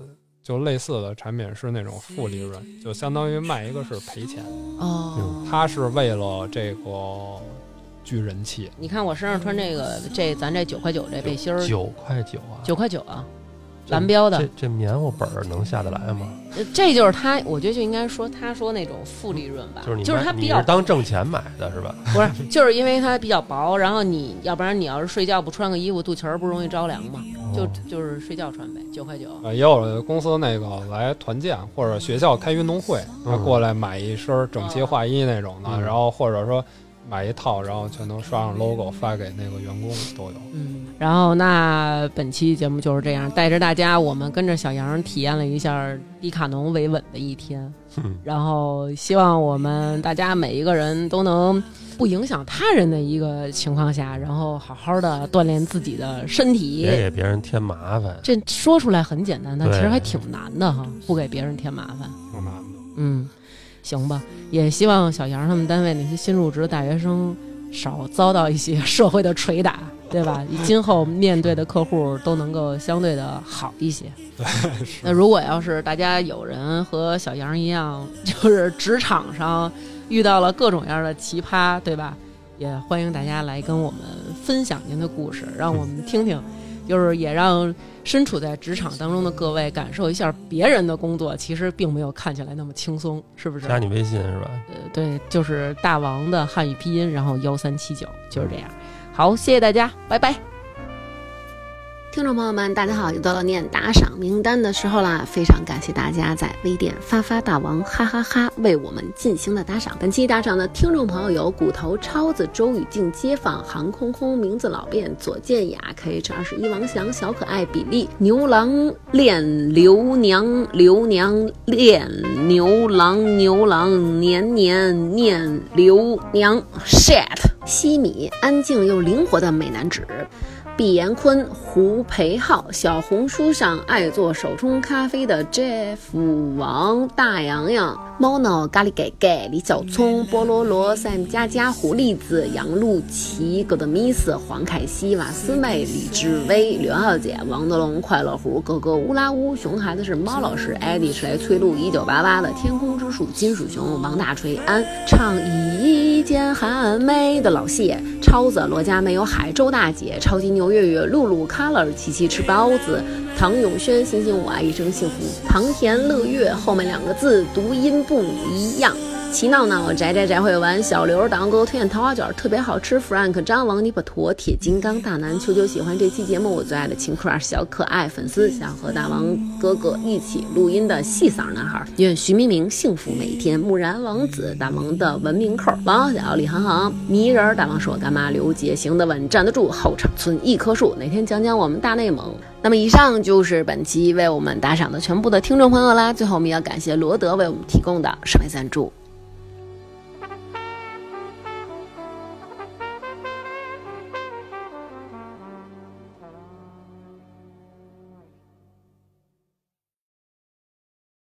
E: 就类似的产品是那种负利润，就相当于卖一个是赔钱，
C: 哦。
E: 它是为了这个聚人气，
C: 你看我身上穿这个，这咱这九块九这背心儿，
D: 九块九啊，
C: 九块九啊，
D: 这
C: 蓝标的
D: 这，这棉花本儿能下得来吗？
C: 呃这就是他，我觉得就应该说他说那种负利润吧，
D: 就是你
C: 就是
D: 买
C: 他比
D: 你
C: 较
D: 是当挣钱买的是吧？
C: 不是，就是因为它比较薄，然后你要不然你要是睡觉不穿个衣服，肚脐儿不容易着凉嘛，就就是睡觉穿呗，九块九。
E: 呃，也有的公司那个来团建，或者学校开运动会，他
D: 嗯
E: 过来买一身整齐划一那种的，
D: 嗯
E: 然后或者说买一套，然后全都刷上 logo 发给那个员工都有。
C: 嗯，然后那本期节目就是这样，带着大家我们跟着小杨体验了一下迪卡侬维稳的一天，
D: 嗯
C: 然后希望我们大家每一个人都能不影响他人的一个情况下，然后好好的锻炼自己的身体
D: 别。给别人添麻烦，
C: 这说出来很简单，但
D: 对
C: 其实还挺难的哈，不给别人添麻烦。
E: 挺难的。
C: 嗯，行吧，也希望小杨他们单位那些新入职的大学生少遭到一些 社会的捶打，对吧？今后面对的客户都能够相对的好一些。那如果要是大家有人和小杨一样，就是职场上遇到了各种各样的奇葩，对吧？也欢迎大家来跟我们分享您的故事，让我们听听，就是也让身处在职场当中的各位感受一下别人的工作其实并没有看起来那么轻松，是不是？
D: 加你微信是吧？
C: 呃，对，就是大王的汉语拼音，然后幺三七九，就是这样。好，谢谢大家，拜拜。
A: 听众朋友们，大家好，又到了念打赏名单的时候啦！非常感谢大家在微店发发大王哈哈哈为我们进行的打赏。本期打赏的听众朋友有骨头超子、周雨静、街坊、韩空空、名字老变、左建雅、KH 二十一、王翔、小可爱、比利、牛郎恋、刘娘、刘娘恋、牛郎牛郎、年年念、刘娘 shit、西米、安静又灵活的美男子。毕延坤、胡培浩、小红书上爱做手冲咖啡的 Jeff 王、大洋洋、Mono、咖喱给给、李小聪、菠萝萝、Sam 佳佳、胡栗子、杨露琪、戈德米斯、黄凯西、瓦斯妹、李志威、刘浩姐、王德龙、快乐虎、哥哥乌拉乌、熊孩子是猫老师、艾迪谁、崔露、一九八八的天空之树、金属熊、王大锤、安唱一见寒梅的老谢、超子、罗家没有海、周大姐、超级牛月月、露露、Color、琪琪吃包子、唐永轩、星星我爱一生幸福、唐田乐月后面两个字读音不一样。齐闹闹、宅宅宅会玩、小刘党给我推荐桃花卷，特别好吃。Frank、张王、尼巴陀、铁金刚、大南、球球喜欢这期节目，我最爱的秦克、小可爱粉丝想和大王哥哥一起录音的细嗓男孩，愿徐明明幸福每一天。木然王子、大王的文明扣、王小小、李航航、迷人儿、大王是我干妈、刘杰行得稳，站得住。后场村一棵树，哪天讲讲我们大内蒙。那么以上就是本期为我们打赏的全部的听众朋友啦。最后我们要感谢罗德为我们提供的设备赞助。